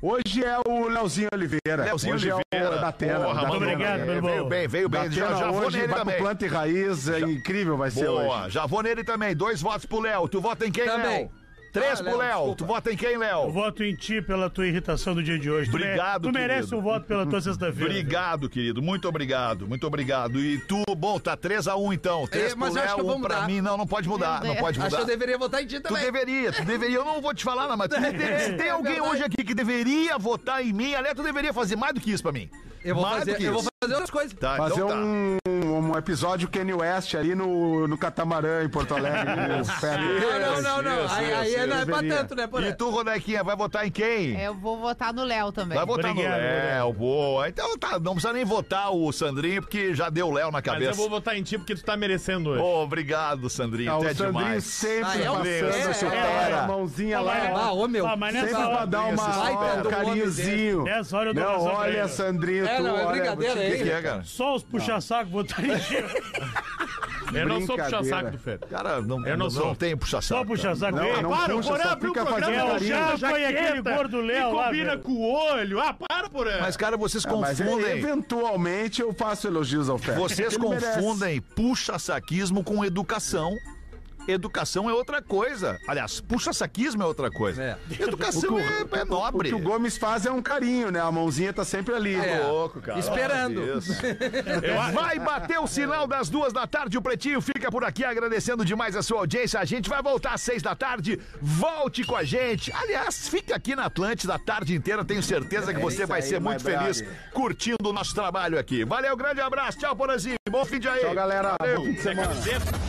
Hoje é o Leozinho Oliveira. Leozinho hoje Oliveira. é o da Terra. Porra, da mano, Terra. obrigado, meu irmão. Veio bem, veio Da bem. Já, Terra já vou hoje nele vai pro também. planta e raiz. É incrível vai ser Boa, hoje. já vou nele também. Dois votos pro Léo. Tu vota em quem, Também. Léo? Três Ah, pro Léo, Léo. desculpa. Tu vota em quem, Eu Léo? voto em ti pela tua irritação do dia de hoje. Tu mere- Obrigado, Tu merece querido. um voto pela tua sexta-feira. Obrigado, querido. Muito obrigado, muito obrigado. E tu, bom, tá 3x1 então. 3 É, mas pro acho que eu Léo, vou um pra mudar. é. mim. Não, não pode mudar, Meu não Deus. pode Acho mudar. que eu deveria votar em ti Tu também. É deveria, tu deveria. Eu não vou te falar, não, mas tu deveria. Se tem alguém hoje aqui que deveria votar em mim, aliás, tu deveria fazer mais do que isso pra mim. Eu vou mais do fazer, que eu vou isso. fazer outras coisas. Tá, Fazer então tá. um, um episódio Kanye West ali no, no catamarã em [laughs] Porto Alegre. no Ferry. Não, não, não, não. isso, é aí isso, aí isso. não é pra Deveria. tanto, né, E Porã? tu, Rodequinha, vai votar em É quem? Eu vou votar no Léo também. Vai votar Obrigado, no Léo, boa. Então tá, não precisa nem votar o Sandrinho, porque já deu o Léo na Mas cabeça. eu vou votar em ti porque tu tá merecendo hoje. Ô, obrigado, Sandrinho. Ah, Até o Sandrinho demais. Ah, sempre é um fera, passando a é, é. chuteira, a mãozinha Vai lá. Ah, ô, meu. Ah, mas nessa Sempre hora- pra dar uma, Esse ó, baita do um carinhozinho. homem dele. Nessa hora eu dou Não, razão pra olha, ele. Sandrinho, É, tu não, é olha, brincadeira, O que, que hein? é, cara? Só os puxa-saco [laughs] votarem em ti. Eu não sou Brincadeira. puxa-saco do Fer. Cara, não, Eu não não, sou. tem puxa-saco. Só puxa-saco. Não, Ei, não para, puxa, o Porã só abriu fica o programa, fazendo o carinho. Japa e aquele gordo Léo E lá, combina velho. com o olho. Ah, para, porra. Mas, cara, vocês Ah, Mas confundem. [laughs] eventualmente eu faço elogios ao Fer. Vocês Ele merece. confundem puxa-saquismo com educação. Educação é outra coisa. Aliás, puxa-saquismo é outra coisa. É. Educação é, é O nobre. que o Gomes faz é um carinho, né? A mãozinha tá sempre ali. É. Louco, cara. Esperando. Olha isso. Vai bater o sinal das duas da tarde. O Pretinho fica por aqui agradecendo demais a sua audiência. A gente vai voltar às seis da tarde. Volte com a gente. Aliás, fica aqui na Atlântida a tarde inteira. Tenho certeza que você É isso vai aí, ser my muito feliz brother. curtindo o nosso trabalho aqui. Valeu, grande abraço. Tchau, Porazinho. Bom fim de aí. Tchau, galera. Bom fim de semana. Dentro.